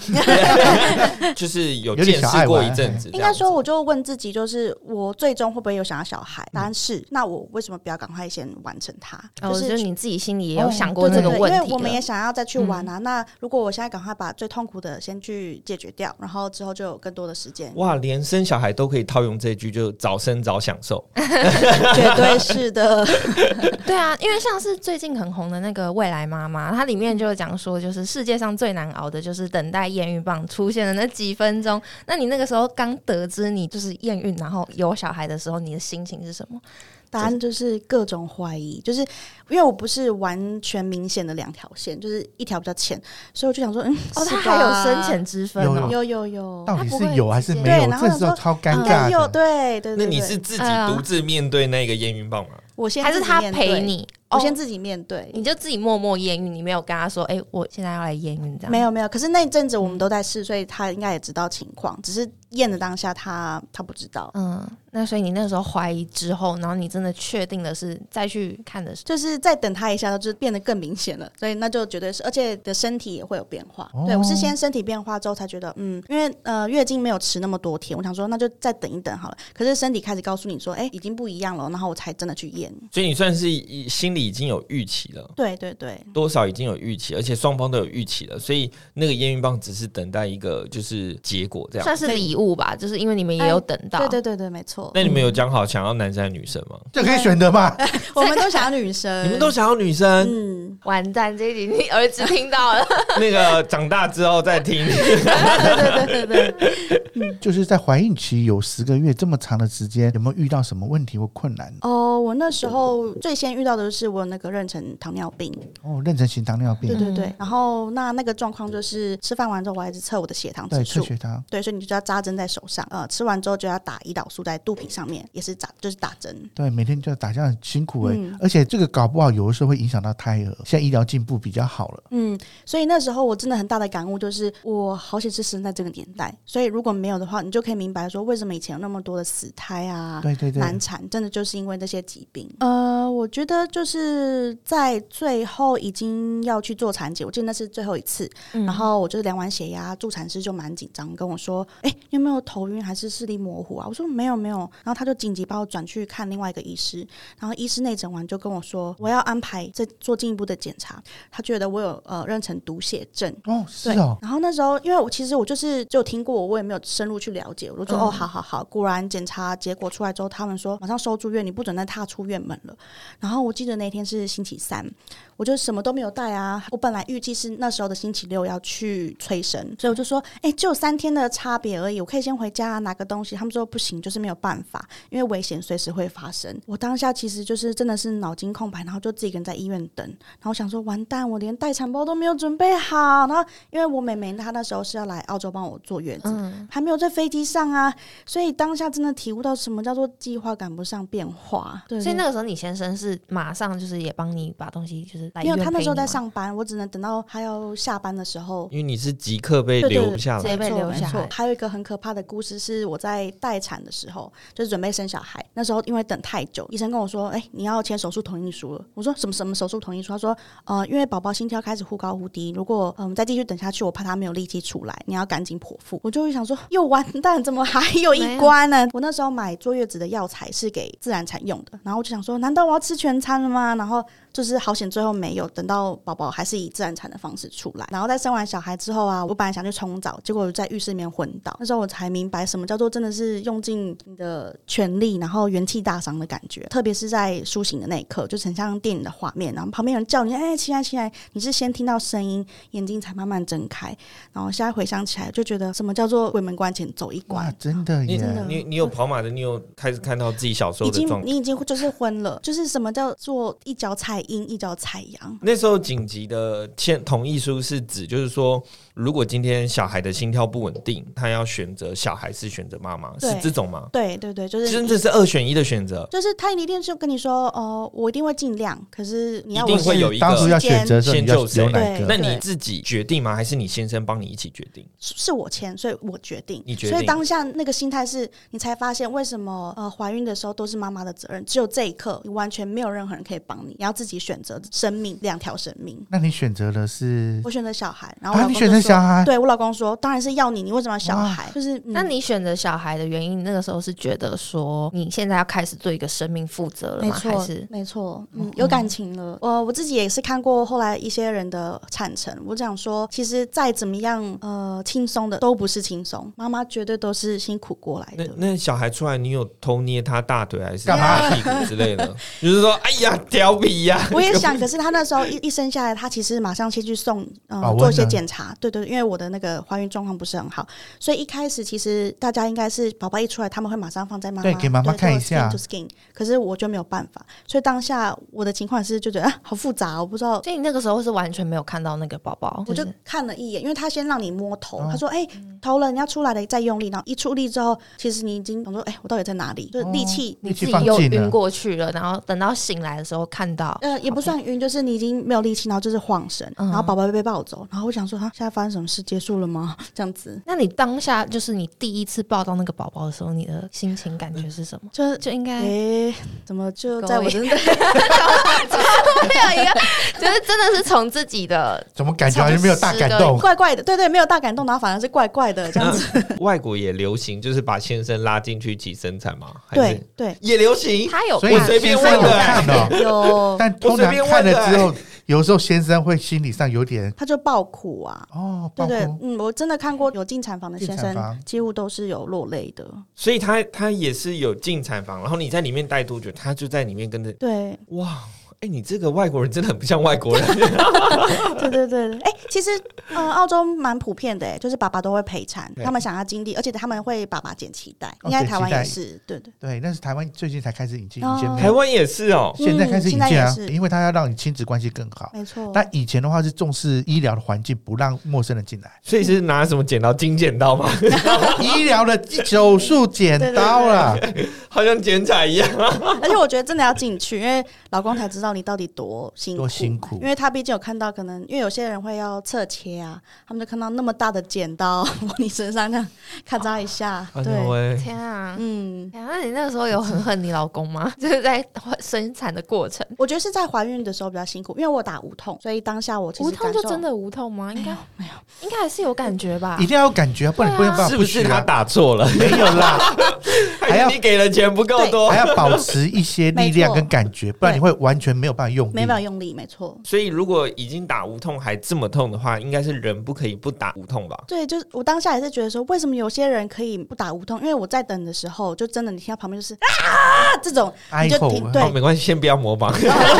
Speaker 1: 就是有
Speaker 3: 有
Speaker 1: 见
Speaker 3: 点小
Speaker 1: 识
Speaker 3: 爱玩
Speaker 1: 过一阵子。，
Speaker 4: 应该说，我就问自己，就是我最终会不会有想要小孩？答案是，那我为什么不要赶快先完成它？
Speaker 2: 哦，
Speaker 4: 就是
Speaker 2: 就是你自己心里也有
Speaker 3: 哦
Speaker 2: 想过
Speaker 4: 对
Speaker 2: 这
Speaker 4: 对
Speaker 2: 个
Speaker 4: 对，
Speaker 2: 问
Speaker 4: 因
Speaker 2: 题
Speaker 4: 为我们
Speaker 2: 了嗯
Speaker 4: 也想要再去玩啊。那如果我现在赶快把最痛苦的先去解决掉，然后之后就有更多的时间
Speaker 1: 哇，连生小孩都可以套用这句，就早生早享受。
Speaker 4: 绝对 是的。
Speaker 2: 对啊，因为像是最近很红的那个《未来妈妈》，它里面就有讲说，就是世界上最难熬的就是等待验孕棒出现的那几分钟。那你那个时候刚得知你就是验孕，然后有小孩的时候，你的心情是什么？
Speaker 4: 答案就是各种怀疑，就是因为我不是完全明显的两条线，就是一条比较浅，所以我就想说，嗯，
Speaker 2: 哦，
Speaker 4: 是
Speaker 2: 它还有
Speaker 4: 吧
Speaker 2: 深浅之分哦。
Speaker 4: 有有有，
Speaker 3: 到
Speaker 2: 他
Speaker 3: 底
Speaker 2: 不
Speaker 3: 是
Speaker 2: 会
Speaker 3: 有还是
Speaker 2: 直接
Speaker 3: 没有？
Speaker 4: 对然后
Speaker 3: 这时候
Speaker 4: 想说
Speaker 3: 超尴
Speaker 4: 应
Speaker 3: 尬
Speaker 4: 嗯该有
Speaker 3: 的。
Speaker 4: 对对对。
Speaker 1: 那你
Speaker 4: 对嗯
Speaker 1: 是自己
Speaker 2: 哎呀
Speaker 1: 独自面对那个验孕棒吗？
Speaker 4: 我先
Speaker 2: 还是
Speaker 4: 自己
Speaker 2: 他
Speaker 4: 面
Speaker 2: 陪
Speaker 4: 对，
Speaker 2: 你？
Speaker 4: 我
Speaker 2: 哦
Speaker 4: 先自己面对。
Speaker 2: 你就自己默默验孕，你没有跟他说，哎、我现在要来验孕这样。
Speaker 4: 没有没有，可是那一阵子我们都在试，所以他应该也知道情况，只是验的当下他他不知道。
Speaker 2: 嗯，那所以你那时候怀疑之后，然后你真的确定的是再去看的时
Speaker 4: 就是再等他一下，就是变得更明显了，所以那就绝对是，而且的身体也会有变化。
Speaker 3: 哦
Speaker 4: 对我是先身体变化之后才觉得，嗯，因为呃月经没有迟那么多天，我想说那就再等一等好了。可是身体开始告诉你说，哎、已经不一样了，然后我才真的去验。
Speaker 1: 所以你算是已心里已经有预期了。
Speaker 4: 对对对，
Speaker 1: 多少已经有预期，而且双方都有预期了，所以那个验孕棒只是等待一个就是结果这
Speaker 2: 候，
Speaker 1: 样。
Speaker 2: 算是礼物吧，就是因为你们也有等到。
Speaker 4: 对对对对，没错，
Speaker 1: 那你们有讲好想要男生还是女生吗？
Speaker 3: 这可以选择嘛？
Speaker 4: 我们都想要女生，
Speaker 1: 你们都想要女生，
Speaker 4: 嗯，
Speaker 2: 完蛋，这一集你儿子听到了。
Speaker 1: 那个长大之后再听。
Speaker 4: 对对对对对，嗯
Speaker 3: 就是在怀孕期有十个月这么长的时间，有没有遇到什么问题或困难？
Speaker 4: 哦，我那时候最先遇到的是我有那个妊娠糖尿病，
Speaker 3: 哦，妊娠型糖尿病
Speaker 4: 对，对对
Speaker 2: 嗯，
Speaker 4: 然后那那个状况就是吃饭完之后，我还是测我的血糖
Speaker 3: 对，
Speaker 4: 指
Speaker 3: 测
Speaker 4: 数，
Speaker 3: 血糖。
Speaker 4: 对，所以你就要扎针在手上，呃，吃完之后就要打胰岛素在肚皮上面，也是打就是打针。
Speaker 3: 对，每天就打架很辛苦哎、
Speaker 4: 嗯
Speaker 3: 而且这个搞不好有的时候会影响到胎儿。现在医疗进步比较好了，
Speaker 4: 嗯，所以那时候我真的很大的感悟就是，我好想吃生在这个年代。所以如果没有的话，你就可以明白说，为什么以前有那么多的死胎啊，
Speaker 3: 对对对，
Speaker 4: 难产，真的就是因为这些疾病。呃，我觉得就是在最后已经要去做产检，我记得那是最后一次，
Speaker 2: 嗯
Speaker 4: 然后我就是量完血压，助产师就蛮紧张，跟我说：“哎、你有没有头晕还是视力模糊啊？”我说：“没有，没有。”然后他就紧急把我转去看另外一个医师，然后医师内诊完就跟我说：“我要安排再做进一步的检查。”他觉得我有呃妊娠毒血症，
Speaker 3: 哦，是
Speaker 4: 对，
Speaker 3: 哦，
Speaker 4: 然后那时候，因为我其实我就是就听过，我也没有深入去了解，我就说、
Speaker 2: 嗯
Speaker 4: 哦，好好好。果然检查结果出来之后，他们说马上收住院，你不准再踏出院门了。然后我记得那天是星期三，我就什么都没有带啊。我本来预计是那时候的星期六要去催生，所以我就说，哎、只有三天的差别而已，我可以先回家、拿个东西。他们说不行，就是没有办法，因为危险随时会发生。我当下其实就是真的是脑筋空白，然后就自己一个人在医院等，然后想说完蛋，我连待产包都没有准备好。然后因为我妹妹她那时候是要来澳洲帮我坐月子，
Speaker 2: 嗯，
Speaker 4: 还没有在飞机上啊，所以当下真的体悟到什么叫做计划赶不上变化。对
Speaker 2: 所以
Speaker 4: 对
Speaker 2: 那个时候你先生是马上就是也帮你把东西就是来医
Speaker 4: 没有，
Speaker 2: 院
Speaker 4: 他那
Speaker 2: 陪
Speaker 4: 时候
Speaker 2: 你
Speaker 4: 在
Speaker 2: 吗，
Speaker 4: 上班，我只能等到他要下班的时候。
Speaker 1: 因为你是即刻被
Speaker 4: 对对
Speaker 1: 留
Speaker 4: 对
Speaker 1: 下来
Speaker 2: 直接
Speaker 1: 的，
Speaker 2: 被
Speaker 4: 没错
Speaker 2: 留下
Speaker 4: 没错
Speaker 2: 来
Speaker 4: 还有一个很可怕的故事是，我在待产的时候，就是准备生小孩，那时候因为等太久，医生跟我说：“哎、你要签手术同意书了。”我说：“什么什么手术同意书？”他说：“呃，因为宝宝心跳开始忽高忽低，如果嗯、再继续等下去，我怕他没有力气出来，你要赶紧剖腹。”我就会想说，又完蛋，怎么还有一关呢？我那时候买坐月子的药材是给自然产用的，然后我就想说，难道我要吃全餐了吗？然后就是好险，最后没有等到宝宝还是以自然产的方式出来。然后在生完小孩之后啊，我本来想去冲澡，结果我在浴室里面昏倒。那时候我才明白什么叫做真的是用尽你的全力，然后元气大伤的感觉。特别是在苏醒的那一刻，就是很像电影的画面，然后旁边有人叫你，哎、起来起来，你是先听到声音，眼睛才慢慢睁开。然后现在回想起来，就觉得什么叫做鬼门关前走一
Speaker 3: 哇
Speaker 4: 关，。
Speaker 3: 真的
Speaker 1: 你
Speaker 3: 耶，
Speaker 4: 真的
Speaker 1: 你你有跑马灯，你有开始看到自己小时候
Speaker 4: 已
Speaker 1: 的
Speaker 4: 经
Speaker 1: 状态。
Speaker 4: 你已经就是昏了，就是什么叫做一脚踩阴，一脚踩阳。
Speaker 1: 那时候紧急的签同意书是指，就是说，如果今天小孩的心跳不稳定，他要选择小孩是选择妈妈，是
Speaker 4: 对
Speaker 1: 这种吗？
Speaker 4: 对对对，就是
Speaker 1: 真的是二选一的选择，
Speaker 4: 就是他一定就跟你说，哦，我一定会尽量，可是你要
Speaker 1: 一
Speaker 4: 我
Speaker 1: 定会
Speaker 4: 先
Speaker 1: 有一
Speaker 3: 当初
Speaker 1: 个
Speaker 3: 要选择的时候，你要有哪
Speaker 4: 对
Speaker 3: 一
Speaker 1: 那
Speaker 3: 个？
Speaker 1: 你自己决定吗？还是你先生帮你一起决定？
Speaker 4: 是是我签，所以我决定。
Speaker 1: 你决定
Speaker 4: 所以当下那个心态是，你才发现为什么呃怀孕的时候都是妈妈的责任，只有这一刻你完全没有任何人可以帮你，你要自己选择生命两条生命。
Speaker 3: 那你选择的是
Speaker 4: 我选择小孩，然后我
Speaker 3: 啊，
Speaker 4: 老公
Speaker 3: 你
Speaker 4: 就
Speaker 3: 选择
Speaker 4: 说
Speaker 3: 小孩，
Speaker 4: 对我老公说，当然是要你，你为什么要小孩？就是、嗯
Speaker 2: 那你选择小孩的原因，你那个时候是觉得说你现在要开始对一个生命负责了
Speaker 4: 没
Speaker 2: 吗？还
Speaker 4: 错
Speaker 2: 是，哦
Speaker 4: 没错，嗯，有感情了。我我自己也是看过后来一些人的产程，我想说，其实再怎么样，呃，轻松的都不是轻松，妈妈绝对都是辛苦过来
Speaker 1: 那
Speaker 4: 的。
Speaker 1: 那小孩出来，你有偷捏他大腿还是他屁股之类的？ 就是说，哎呀，调皮呀、
Speaker 4: 我也想，可是她那时候一一生下来，她其实马上先去送，嗯、
Speaker 3: 保温的
Speaker 4: 做一些检查。对对，对因为我的那个怀孕状况不是很好，所以一开始其实大家应该是宝宝一出来，他们会马上放在妈妈
Speaker 3: 对给妈妈看一下
Speaker 4: 就 skin，可是我就没有办法，所以当下我的情况是就觉得啊，好复杂哦，我不知道
Speaker 2: 所以你那个时候是完全没有看到那个宝宝，
Speaker 4: 我就是看了一眼，因为他先让你摸头，
Speaker 3: 哦
Speaker 4: 他说：“哎、头了，你要出来了，再用力。”然后一出力之后，其实你已经想说：“哎、我到底在哪里？”就是力气，
Speaker 3: 力
Speaker 2: 自
Speaker 3: 气
Speaker 2: 己
Speaker 3: 放
Speaker 2: 又
Speaker 3: 尽
Speaker 2: 晕
Speaker 3: 了，
Speaker 2: 过去了，然后等到醒来的时候看到，
Speaker 4: 呃，也不算晕，就是你已经没有力气，然后就是晃神，
Speaker 2: 嗯
Speaker 4: 然后宝宝被抱走，然后我想说：“啊，现在发生什么事？结束了吗？” 这样子，
Speaker 2: 那你当下就是你第一次抱到那个宝宝的时候，你的心情感觉是什么？
Speaker 4: 就是
Speaker 2: 就应该
Speaker 4: 哎、怎么就
Speaker 2: 各位
Speaker 4: 在我真的
Speaker 2: 会有一个，就是真的是从自己的
Speaker 3: 怎么感觉好像没有大感动？
Speaker 4: 怪怪的？对对，没有大感动，然后反而是怪怪的这样子。
Speaker 1: 外国也流行，就是把先生拉进去一起生产吗？还是
Speaker 4: 对对，
Speaker 1: 也流行。
Speaker 2: 他有
Speaker 3: 所以
Speaker 1: 我随便
Speaker 3: 先生
Speaker 1: 问的
Speaker 3: 有看哦，
Speaker 4: 有
Speaker 3: 但通常看了之后，有时候先生会心理上有点
Speaker 4: 他就爆哭啊。
Speaker 3: 哦，
Speaker 4: 对
Speaker 3: 包
Speaker 4: 对，
Speaker 3: 括
Speaker 4: 嗯，我真的看过有进产房的
Speaker 3: 进
Speaker 4: 先
Speaker 3: 产
Speaker 4: 生
Speaker 3: 房，
Speaker 4: 几乎都是有落泪的。
Speaker 1: 所以他他也是有进产房，然后你在里面待多久，他就在里面跟着
Speaker 4: 对，
Speaker 1: 哇，哎、你这个外国人真的很不像外 国人。
Speaker 4: 对对对，哎、其实呃，澳洲蛮普遍的，哎，就是爸爸都会陪产，
Speaker 1: 对
Speaker 4: 他们想要经历，而且他们会爸爸剪脐带，
Speaker 3: 哦
Speaker 4: 应该
Speaker 3: 剪
Speaker 4: 台
Speaker 3: 脐
Speaker 4: 湾也
Speaker 3: 带
Speaker 4: 是，对对
Speaker 3: 对，但是台湾最近才开始引进，
Speaker 4: 哦
Speaker 3: 以前没
Speaker 1: 台
Speaker 3: 有，
Speaker 1: 湾也是哦、
Speaker 4: 嗯
Speaker 3: 现在开始引
Speaker 4: 现
Speaker 3: 进
Speaker 4: 在也
Speaker 3: 啊，
Speaker 4: 是哦
Speaker 3: 因为它要让你亲子关系更好。
Speaker 4: 没错。
Speaker 3: 但以前的话是重视医疗的环境，不让陌生人进来。
Speaker 1: 所以是拿什么剪刀？金剪刀吗？
Speaker 3: 医疗的手术剪刀啦，
Speaker 1: 好像剪彩一样。
Speaker 4: 而且我觉得真的要进去，因为老公才知道你到底多辛苦。
Speaker 3: 多辛苦
Speaker 4: 因！为他毕竟有看到，可能因为有些人会要侧切啊，他们就看到那么大的剪刀往你身上这样咔嚓一下，
Speaker 3: 哦哎
Speaker 4: 对，
Speaker 1: 哎喂，
Speaker 2: 天啊！
Speaker 4: 嗯，
Speaker 2: 哎呀那你那个时候有很恨你老公吗？就是在生产的过程，
Speaker 4: 我觉得是在怀孕的时候比较辛苦，因为我打无痛，所以当下我其实
Speaker 2: 无痛
Speaker 4: 感
Speaker 2: 就
Speaker 4: 受
Speaker 2: 真的无痛吗？应该
Speaker 4: 没有，
Speaker 2: 应该还是有感觉吧
Speaker 3: 一。定要有感觉啊，不然不
Speaker 2: 对啊
Speaker 3: 能办法
Speaker 1: 是不是
Speaker 3: 许
Speaker 1: 他
Speaker 3: 啊？
Speaker 1: 打错了？
Speaker 3: 没 有啦，还
Speaker 1: 还
Speaker 3: 要
Speaker 1: 是你给的钱不够多
Speaker 3: 还？要保持一些力量跟感觉，不然你会完全没有办法用力。
Speaker 4: 没办法用力，没错。
Speaker 1: 所以如果已经打无痛还这么痛的话，应该是人不可以不打无痛吧？
Speaker 4: 对，就是我当下也是觉得说，为什么有些人可以不打无痛？因为我在等的时候，就真的你听到旁边就是啊这种，
Speaker 3: 哀
Speaker 4: 你就
Speaker 3: 吼
Speaker 4: 停
Speaker 3: 啊，
Speaker 4: 对
Speaker 1: 哦，没关系，先不要模仿。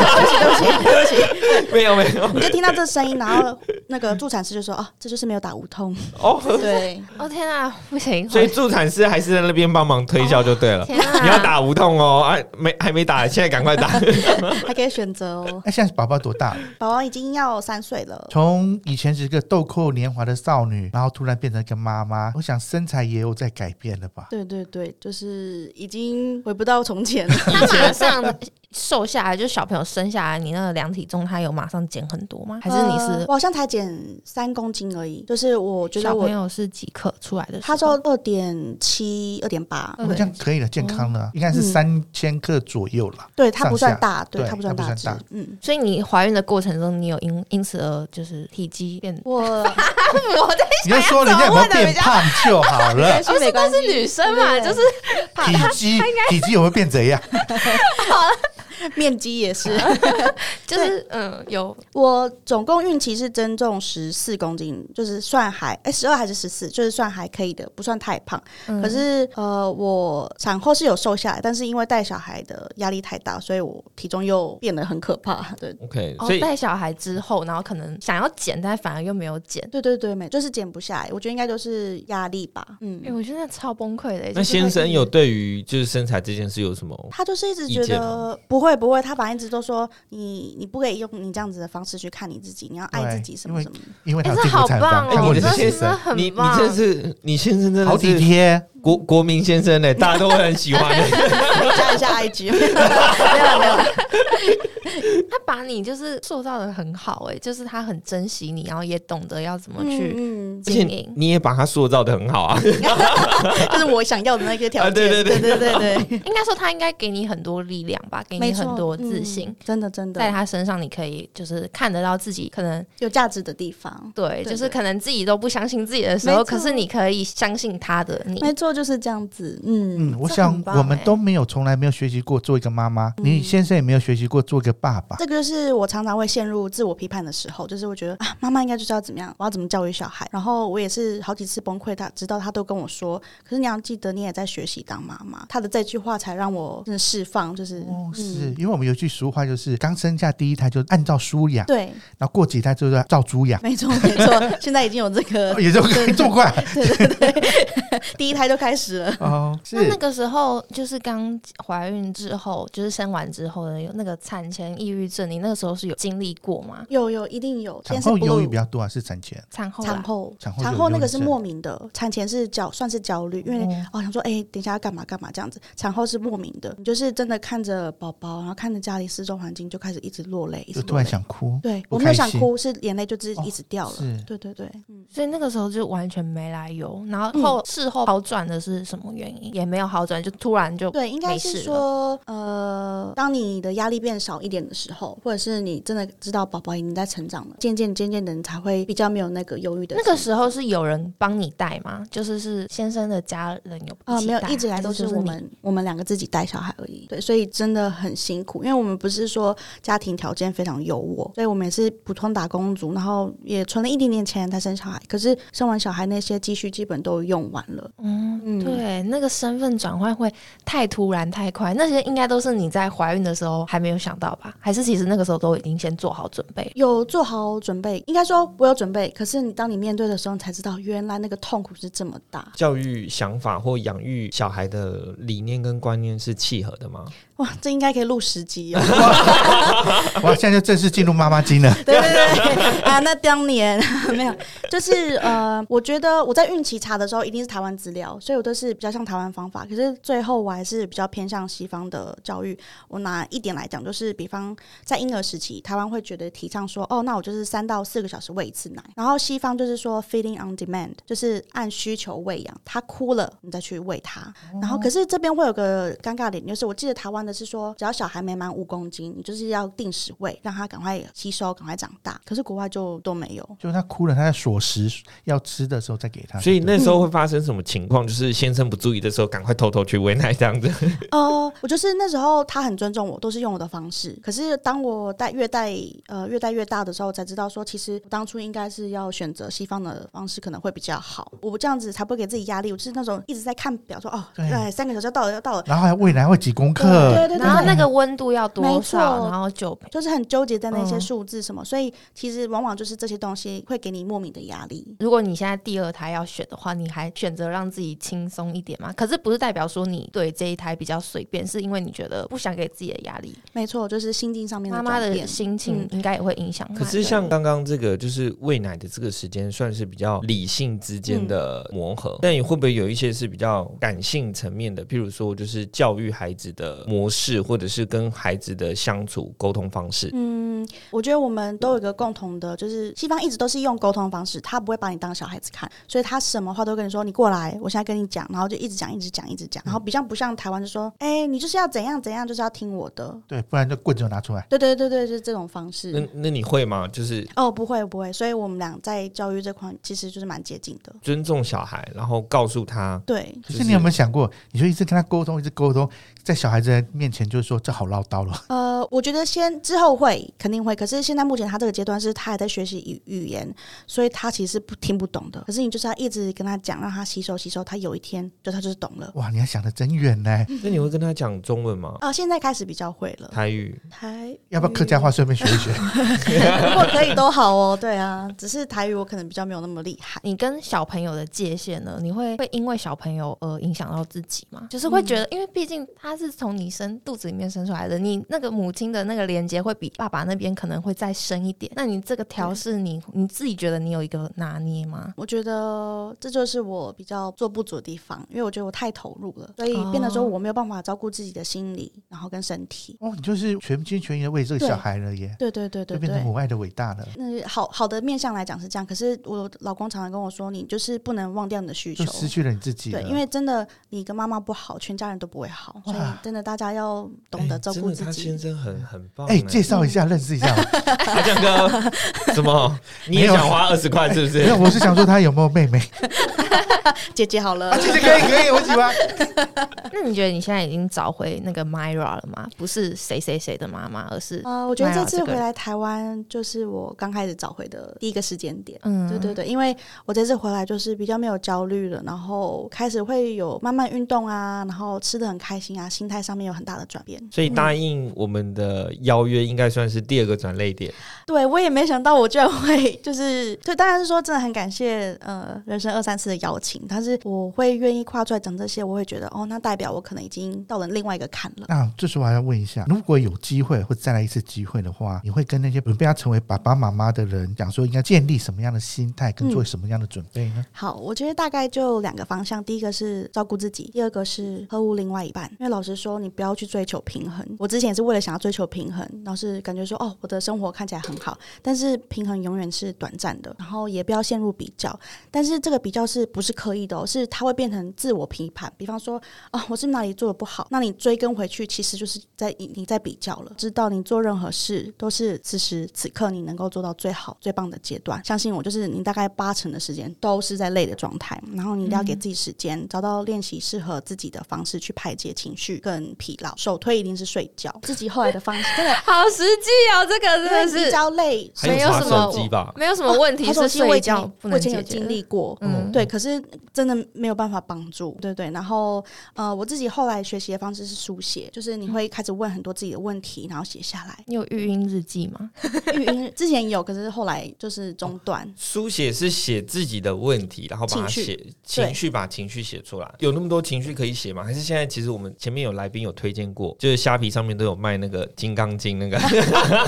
Speaker 4: 对不起，对不起，
Speaker 1: 没有没有，
Speaker 4: 你就听到这声音，然后那个助产师就说啊，这就是没有打无痛。
Speaker 1: 哦，
Speaker 4: 对，
Speaker 2: 哦天啊，不行！
Speaker 1: 所以助产师还是在那边帮忙推销就对了。
Speaker 2: 天啊，
Speaker 1: 你要打无痛哦，哎，没还没打，现在赶快打。
Speaker 4: 还可以选择哦。
Speaker 3: 哎那现在宝宝多大了？
Speaker 4: 宝宝已经要三岁了，
Speaker 3: 从以前是一个豆蔻年华的少女，然后突然变成一个妈妈，我想身材也有在改变了吧？
Speaker 4: 对对对，就是已经回不到从前了。
Speaker 2: 他马上瘦下来，就是小朋友生下来，你那个量体重，他有马上减很多 吗？还是你
Speaker 4: 呃
Speaker 2: 是
Speaker 4: 我好像才减三公斤而已，就是我觉
Speaker 2: 小
Speaker 4: 得
Speaker 2: 朋
Speaker 4: 我
Speaker 2: 友是几克出来的时候？
Speaker 4: 他说二点七、二点八，
Speaker 3: 那哦这样可以了，健康了，啊应该是
Speaker 4: 嗯
Speaker 3: 三千克左右啦。
Speaker 4: 对他不算
Speaker 3: 上下
Speaker 4: 大，对
Speaker 3: 对
Speaker 4: 他不算
Speaker 3: 它
Speaker 4: 大
Speaker 3: 不
Speaker 4: 只
Speaker 3: 算，
Speaker 4: 嗯。
Speaker 2: 所以你怀孕的过程中，你有因因此而就是体积变？
Speaker 4: 我
Speaker 2: 哦我在
Speaker 3: 你就说人家有没有变胖就好了
Speaker 4: 没，说没关
Speaker 2: 是
Speaker 4: 系，
Speaker 2: 女生嘛，就
Speaker 4: 对
Speaker 2: 是 哎
Speaker 3: 体积体积有没有变怎样？
Speaker 4: 面积也是。
Speaker 2: 就是嗯，有
Speaker 4: 我总共孕期是增重十四公斤，就是算还哎十二还是十四，就是算还可以的，不算太胖。
Speaker 2: 嗯
Speaker 4: 可是呃，我产后是有瘦下来，但是因为带小孩的压力太大，所以我体重又变得很可怕。对
Speaker 1: OK，
Speaker 2: 哦
Speaker 1: 所，以
Speaker 2: 带小孩之后，然后可能想要减，但反而又没有减。
Speaker 4: 对对对，没就是减不下来，我觉得应该就是压力吧。嗯
Speaker 2: 哎、，我觉得超崩溃的、
Speaker 1: 那先生有对于就是身材这件事有什么？
Speaker 4: 他就是一直
Speaker 1: 意
Speaker 4: 觉
Speaker 1: 见
Speaker 4: 得不会不会，他反正一直都说你你不可以用你这样子的方式去看你自己，你要爱自己
Speaker 3: 对
Speaker 4: 什么
Speaker 3: 因为
Speaker 4: 什么的。
Speaker 3: 因为
Speaker 2: 哎、
Speaker 3: 他有
Speaker 2: 这
Speaker 3: 进
Speaker 2: 好
Speaker 3: 过产
Speaker 2: 棒
Speaker 1: 哎
Speaker 3: 房，
Speaker 2: 哦！
Speaker 3: 看
Speaker 1: 我
Speaker 3: 过
Speaker 1: 的
Speaker 2: 这
Speaker 1: 先
Speaker 2: 真
Speaker 3: 生
Speaker 2: 的很棒。
Speaker 1: 你你这是你先生真
Speaker 3: 好
Speaker 1: 的
Speaker 3: 体
Speaker 1: 是
Speaker 3: 贴，
Speaker 1: 国国民先生呢，大家都会很喜欢欸的。
Speaker 4: 加一下 IG，没有 啦没有啦，
Speaker 2: 他把你就是塑造的很好、哎，就是他很珍惜你，然后也懂得要怎么去
Speaker 4: 嗯嗯
Speaker 1: 而且
Speaker 2: 经营。
Speaker 1: 你也把他塑造的很好啊，
Speaker 4: 就是我想要的那些条
Speaker 1: 啊
Speaker 4: 件。
Speaker 1: 对对对
Speaker 4: 对对对对，
Speaker 2: 应该说他应该给你很多力量吧，给哦你
Speaker 4: 没错
Speaker 2: 很多自信。
Speaker 4: 嗯真的真
Speaker 2: 在
Speaker 4: 的
Speaker 2: 他身上，你可以就是看得到自己可能
Speaker 4: 有价值的地方。
Speaker 2: 对，
Speaker 4: 对
Speaker 2: 就是
Speaker 4: 对
Speaker 2: 可能自己都不相信自己的时候，
Speaker 4: 没错
Speaker 2: 可是你可以相信他的你。
Speaker 4: 没错，就是这样子。嗯，
Speaker 3: 嗯，我
Speaker 2: 这
Speaker 3: 想
Speaker 2: 很棒
Speaker 3: 我们
Speaker 2: 哎
Speaker 3: 都没有，从来没有学习过做一个妈妈，你先生也没有学习过做一个爸爸。
Speaker 4: 这个就是我常常会陷入自我批判的时候，就是我觉得啊，妈妈应该就是要怎么样，我要怎么教育小孩。然后我也是好几次崩溃，他直到他都跟我说，可是你要记得你也在学习当妈妈。他的这句话才让我真的释放，就是、
Speaker 3: 哦，是
Speaker 4: 嗯
Speaker 3: 因为我们有句俗话，就是刚生下第一胎就按照书养，
Speaker 4: 对，
Speaker 3: 那过几胎就是要照猪养，
Speaker 4: 没错没错， 现在已经有这个
Speaker 3: 哦，也就这么快
Speaker 4: 第一胎就开始了。
Speaker 3: 哦，
Speaker 2: 那那
Speaker 3: 是
Speaker 2: 个时候就是刚怀孕之后，就是生完之后的有那个产前抑郁症，你那个时候是有经历过吗？
Speaker 4: 有有，一定有。
Speaker 3: 产
Speaker 4: 先
Speaker 3: 后
Speaker 4: 是
Speaker 3: 忧郁
Speaker 4: blue
Speaker 3: 比较多还啊是产前？
Speaker 2: 产后啦
Speaker 4: 产后，
Speaker 3: 产后
Speaker 4: 那
Speaker 3: 有忧郁
Speaker 4: 个是
Speaker 3: 症
Speaker 4: 莫名的，产前是焦，算是焦虑，因为
Speaker 3: 哦
Speaker 4: 哦想说，哎、等一下要干嘛干嘛这样子，产后是莫名的，你就是真的看着宝宝，然后看着家里四周环境，就开始一直落泪，一
Speaker 3: 就
Speaker 4: 直落
Speaker 3: 突然
Speaker 4: 泪
Speaker 3: 想 哭，
Speaker 4: 对
Speaker 3: 不
Speaker 4: 我没有
Speaker 3: 开
Speaker 4: 想
Speaker 3: 心哦
Speaker 4: 哭，是眼泪就自己一直掉了，
Speaker 3: 是
Speaker 4: 对对对，嗯，
Speaker 2: 所以那个时候就完全没来由，然后后、事后好转的是什么原因？也没有好转，就突然就
Speaker 4: 对，应该
Speaker 2: 哦没事
Speaker 4: 是
Speaker 2: 了
Speaker 4: 说，呃，当你的压力变少一点的时候，或者是你真的知道宝宝已经在成长了，渐渐渐渐的你才会比较没有那个忧郁的
Speaker 2: 那个
Speaker 4: 情绪
Speaker 2: 时候是有人帮你带吗？就是是先生的家人有
Speaker 4: 啊、
Speaker 2: 一起
Speaker 4: 没有
Speaker 2: 带，
Speaker 4: 一直以来
Speaker 2: 还
Speaker 4: 都
Speaker 2: 是
Speaker 4: 是
Speaker 2: 就是
Speaker 4: 我
Speaker 2: 你
Speaker 4: 们我们两个自己带小孩而已。对，所以真的很辛苦，因为我们不是说家庭条件非常优渥，所以我们也是普通打工族，然后也存了一点点钱才生小孩。可是生完小孩那些积蓄基本都用完了，
Speaker 2: 嗯，
Speaker 4: 嗯，
Speaker 2: 对，那个身份转换会太突然太快，那些应该都是你在怀孕的时候还没有想到吧？还是其实那个时候都已经先做好准备？
Speaker 4: 有做好准备，应该说我有准备。可是你当你面对的时候，你才知道原来那个痛苦是这么大。
Speaker 1: 教育想法或养育小孩的理念跟观念是契合的吗？
Speaker 4: 哇，这应该可以录十集哦。
Speaker 3: 哇，现在就正式进入妈妈经了。
Speaker 4: 对对对啊，那当年没有，就是呃，我觉得我在孕期查的时候一定是台湾资料，所以我都是比较像台湾方法。可是最后我还是比较偏向西方的教育。我拿一点来讲，就是比方在婴儿时期，台湾会觉得提倡说，哦，那我就是三到四个小时喂一次奶，然后西方就是说 feeding on demand，就是按需求喂养，他哭了你再去喂他。然后可是这边会有个尴尬点，就是我记得台湾的是说，只要小孩没满五公斤，你就是要定时喂，让他赶快吸收，赶快长大。可是国外就都没有。
Speaker 3: 就是他哭了，他在锁食要吃的时候再给他。
Speaker 1: 所以
Speaker 3: 对
Speaker 1: 那时候会发生什么情况？就是先生不注意的时候，赶快偷偷去喂奶这样子。
Speaker 4: 呃，我就是那时候他很尊重我，都是用我的方式。可是当我带越带呃越带越大的时候，我才知道说，其实当初应该是要选择西方的方式可能会比较好。我这样子才不会给自己压力。我就是那种一直在看表说，哦，
Speaker 3: 对
Speaker 4: 对，三个小时要到了，要到了
Speaker 3: 不对，然后还喂奶会几公
Speaker 4: 对
Speaker 3: 克，
Speaker 4: 对对对
Speaker 2: 然后那个温度要多
Speaker 4: 没
Speaker 2: 少？
Speaker 4: 错
Speaker 2: 然后酒瓶。
Speaker 4: 就是很纠结在那些
Speaker 2: 嗯
Speaker 4: 数字什么，所以其实往往就是这些东西会给你莫名的压力。
Speaker 2: 如果你现在第二胎要选的话，你还选择让自己轻松一点嘛？可是不是代表说你对这一胎比较随便，是因为你觉得不想给自己的压力，
Speaker 4: 没错，就是心境上面
Speaker 2: 妈
Speaker 4: 的
Speaker 2: 妈
Speaker 4: 转变
Speaker 2: 的。心情
Speaker 4: 嗯
Speaker 2: 应该也会影响
Speaker 1: 可
Speaker 2: 她。
Speaker 1: 是 像刚刚这个，就是喂奶的这个时间，算是比较理性之间的磨合。但也会不会有一些是比较感性层面的？譬如说，就是教育孩子的模式，或者是跟孩子的相处沟通方式。
Speaker 4: 嗯，我觉得我们都有一个共同的，就是西方一直都是用沟通方式，他不会把你当小孩子看，所以他什么话都跟你说，你过来，我现在跟你讲，然后就一直讲，一直讲，一直讲，然后比较不像台湾就说，哎、你就是要怎样怎样，就是要听我的，
Speaker 3: 对，不然就棍子就拿出来。
Speaker 4: 对对对对，就是这种方
Speaker 1: 那
Speaker 4: 式。
Speaker 1: 那你会吗？就是
Speaker 4: 哦，不会不会，所以我们俩在教育这块其实就是蛮接近的，
Speaker 1: 尊重小孩，然后告诉他，
Speaker 4: 对，
Speaker 1: 就
Speaker 3: 可
Speaker 1: 是
Speaker 3: 是你有没有想过，你就一直跟他沟通，一直沟通，在小孩子的面前就是说这好唠叨 了，
Speaker 4: 呃，我觉得先之后会肯定会，可是现在目前他这个阶段是他还在学习语语言，所以他其实是不听不懂的。可是你就是要一直跟他讲，让他吸收吸收，他有一天就他就是懂了。
Speaker 3: 哇，你还想的真远呢。
Speaker 1: 那你会跟他讲中文吗？
Speaker 4: 啊，现在开始比较会了，
Speaker 1: 台语？
Speaker 4: 台
Speaker 3: 要不要客家话顺便学一 学？
Speaker 4: 如果可以都好哦。对啊，只是台语我可能比较没有那么厉害。
Speaker 2: 你跟小朋友的界限呢？你会会因为小朋友而影响到自己吗？就是会
Speaker 4: 嗯
Speaker 2: 觉得，因为毕竟他是从你生肚子里面生出来的，你那个母亲的那个连接会比爸爸那边可能会再深一点。那你这个调试你，你自己觉得你有一个拿捏 吗？
Speaker 4: 我觉得这就是我比较做不足的地方，因为我觉得我太投入了，所以变得说
Speaker 2: 哦
Speaker 4: 我没有办法照顾自己的心理，然后跟身体。
Speaker 3: 哦，你就是全心全意的为这个小孩了耶，
Speaker 4: 对对对对
Speaker 3: 就
Speaker 4: 对，
Speaker 3: 变成母爱的伟大了。
Speaker 4: 那好好的面向来讲是这样，可是我老公常常跟我说，你就是不能忘掉你的需求
Speaker 3: 就，失去了你自己了，
Speaker 4: 对，因为真的你跟妈妈不好，全家人都不会好，所以
Speaker 3: 哇
Speaker 4: 真的大家要懂得
Speaker 1: 哎
Speaker 4: 照
Speaker 1: 真
Speaker 4: 顾
Speaker 1: 的
Speaker 4: 自
Speaker 1: 他
Speaker 4: 己
Speaker 1: 先。生很很棒
Speaker 3: 哎、
Speaker 1: 哎。
Speaker 3: 介绍一下，认识一下。
Speaker 1: 阿江哥，怎么你也
Speaker 3: 没有
Speaker 1: 想花二十块是不
Speaker 3: 没有，
Speaker 1: 是？
Speaker 3: 我是想说他有没有妹妹？
Speaker 4: 姐姐好了
Speaker 3: 啊，，其实可以，可以，我喜欢。
Speaker 2: 那你觉得你现在已经找回那个 Myra 了吗？不是谁谁谁的妈妈，而是
Speaker 4: 呃，我觉得这
Speaker 2: 哎
Speaker 4: 次
Speaker 2: 呀这个
Speaker 4: 回来台湾就是我刚开始找回的第一个时间点。
Speaker 2: 嗯，。
Speaker 4: 对对对，因为我这次回来就是比较没有焦虑了，然后开始会有慢慢运动啊，然后吃的很开心啊，心态上面有很大的转变。
Speaker 1: 所以答应我们的邀约，应该算是第二个转泪点。
Speaker 4: 对，我也没想到我居然会就是，对，当然是说真的很感谢呃人生二三次的邀请，但是我会愿意跨出来讲这些，我会觉得哦，那代表我可能已经到了另外一个坎了。
Speaker 3: 那这时候我还要问一下，如果有机会或再来一次机会的话，你会跟那些准备要成为爸爸妈妈的人讲说，应该建立什么样的心态，跟
Speaker 4: 嗯
Speaker 3: 做什么样的准备呢？
Speaker 4: 好，我觉得大概就两个方向，第一个是照顾自己，第二个是呵护另外一半。因为老实说，你不要去追求平衡。我之前也是为了想要追求平衡，然后是感觉说哦，我的生活看起来很好，但是平衡永远是短暂的，然后也不要陷入比较。但是这个比较是不是刻意的、哦？是它会变成自我批判。比方说，哦，我是哪里做的不好？那你追根回去，其实就是在你你在比较了。知道你做任何事都是此时此刻你能够做到最好、最棒的阶段。相信我，就是你大概八成的时间都是在累的状态，然后你一定要给自己时间，找到练习适合自己的方式去排解情绪跟疲劳。首推一定是睡觉，自己后来的方式真的
Speaker 2: 好实际哦，这个真
Speaker 4: 因为
Speaker 2: 的
Speaker 4: 你比
Speaker 2: 是
Speaker 4: 较累，
Speaker 1: 还
Speaker 2: 没有
Speaker 1: 有
Speaker 2: 什
Speaker 1: 滑
Speaker 2: 么
Speaker 1: 手机吧？
Speaker 2: 没有什么问题
Speaker 4: 滑手
Speaker 2: 是
Speaker 4: 机我
Speaker 2: 睡
Speaker 4: 以前
Speaker 2: 觉不
Speaker 4: 我
Speaker 2: 能
Speaker 4: 以前
Speaker 2: 解
Speaker 4: 有
Speaker 2: 决
Speaker 4: 经
Speaker 2: 的。
Speaker 4: 历过，
Speaker 2: 嗯
Speaker 4: 对，可是真的没有办法帮助，对对。然后呃，我自己后来学习的方式是书写，就是
Speaker 1: 嗯
Speaker 4: 你会开始问很多自己的问题，然后写 下来。
Speaker 2: 你有育婴日记 吗？
Speaker 4: 语音之前有，可是后来就是中 断。
Speaker 1: 书写是写自己的问题，然后把它
Speaker 4: 情绪
Speaker 1: 写情绪，把情绪写出来。有那么多情绪可以写吗？还是现在其实我们前面有来宾有推荐过，就是虾皮上面都有卖那个《金刚经》那个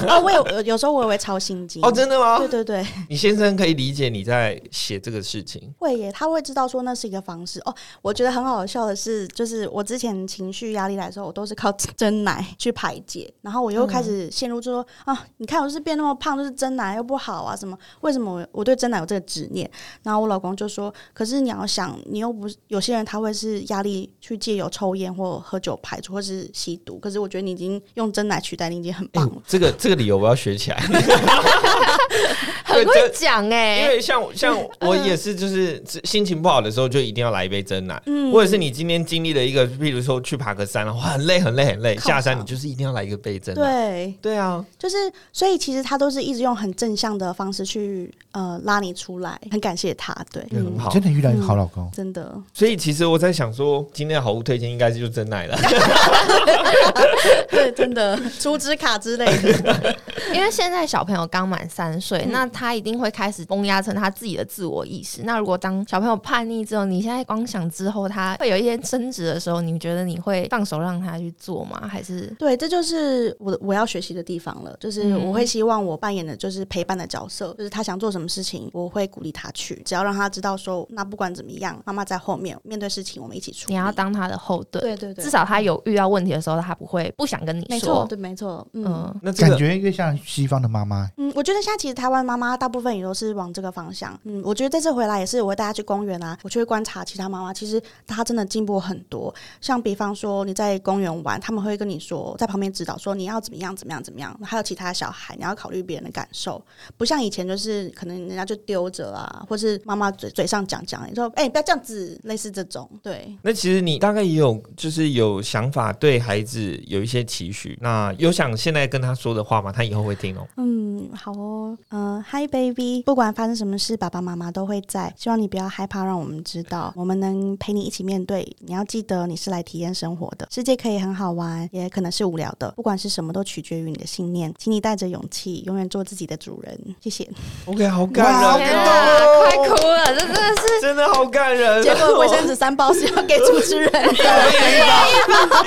Speaker 4: 哦，我有有有时候我也会抄心经。
Speaker 1: 哦，真的吗
Speaker 4: 对？对对，
Speaker 1: 你先生可以理解你在写这个事情，
Speaker 4: 会耶，他会知道说那是一个方式哦。我觉得很好笑的是，就是我之前情绪压力来的时候，我都是靠 真奶去排解，然后我又
Speaker 1: 嗯
Speaker 4: 开始陷入就说、啊，你看我就是变那么胖，就是真奶又不好啊，什么？为什么我我对真奶有这个执念？然后我老公就说，可是你要想，你又不是有些人他会是压力去借由抽烟或喝酒排除，或是吸毒，可是我觉得你已经用真奶取代，你已经很
Speaker 1: 哎、
Speaker 4: 棒了。
Speaker 1: 这个这个理由我要学起来。
Speaker 2: 很
Speaker 1: 对这
Speaker 2: 会讲哎、
Speaker 1: 因为像像我也是，就是心情不好的时候，就一定要来一杯真奶。
Speaker 4: 嗯
Speaker 1: 或者是你今天经历了一个，譬如说去爬个山，然后啊很累很累很累，
Speaker 4: 犒赏
Speaker 1: 下山你就是一定要来一个杯真奶。
Speaker 4: 对，
Speaker 1: 对啊，
Speaker 4: 就是，所以其实他都是一直用很正向的方式去呃拉你出来，很感谢他，对，
Speaker 1: 也
Speaker 2: 嗯
Speaker 1: 很好
Speaker 3: 真的遇到一个好老公，
Speaker 4: 真的，
Speaker 1: 所以其实我在想说，今天的好物推荐应该是就真奶了。
Speaker 4: 对，真的，出纸卡之类的，
Speaker 2: 因为现在小朋友刚满三
Speaker 4: 嗯
Speaker 2: 岁，那他一定会开始萌芽成他自己的自我意识。那如果当小朋友叛逆之后，你现在光想之后他会有一些争执的时候，你觉得你会放手让他去做吗？还是
Speaker 4: 对，这就是我我要学习的地方了，就是
Speaker 2: 嗯
Speaker 4: 我会希望我扮演的就是陪伴的角色，就是他想做什么事情，我会鼓励他去，只要让他知道说，那不管怎么样，妈妈在后面，面对事情我们一起处
Speaker 2: 你
Speaker 4: 理，
Speaker 2: 要当他的后盾？
Speaker 4: 对对对，
Speaker 2: 至少他有遇到问题的时候，他不会不想跟你
Speaker 4: 没错，
Speaker 2: 说。
Speaker 4: 对，没错，嗯
Speaker 2: 嗯，
Speaker 1: 那这
Speaker 3: 感
Speaker 1: 个
Speaker 3: 觉越像西方的妈妈。
Speaker 4: 嗯，我觉得现在其实台湾妈妈大部分也都是往这个方向。嗯，我觉得这次回来也是，我会带她去公园啊，我就会观察其他妈妈，其实她真的进步很多。像比方说你在公园玩，他们会跟你说，在旁边指导说你要怎么样怎么样怎么样，还有其他小孩，你要考虑别人的感受，不像以前就是可能人家就丢着啊，或是妈妈嘴嘴上讲讲，你说哎、不要这样子，类似这种，对。
Speaker 1: 那其实你大概也有就是有想法，对孩子有一些期许。那有想现在跟他说的话吗？他以后会听哦。
Speaker 4: 嗯，好哦，嗯、h i baby，不管发生什么事，爸爸妈妈都会在，希望你不要害怕，让我们知道，我们能陪你一起面对。你要记得，你是来体验生活的，世界可以很好玩，也可能是无聊的，不管是什么，都取决于你的信念，请你带着勇气，永远做自己的主人。谢谢。
Speaker 1: OK，好感人
Speaker 3: 哇好
Speaker 2: 天
Speaker 3: 感
Speaker 1: 哦，
Speaker 2: 啊，快哭了，这真的是
Speaker 1: 真的好感人哦。
Speaker 4: 结果 卫生纸三包是要给主持人的，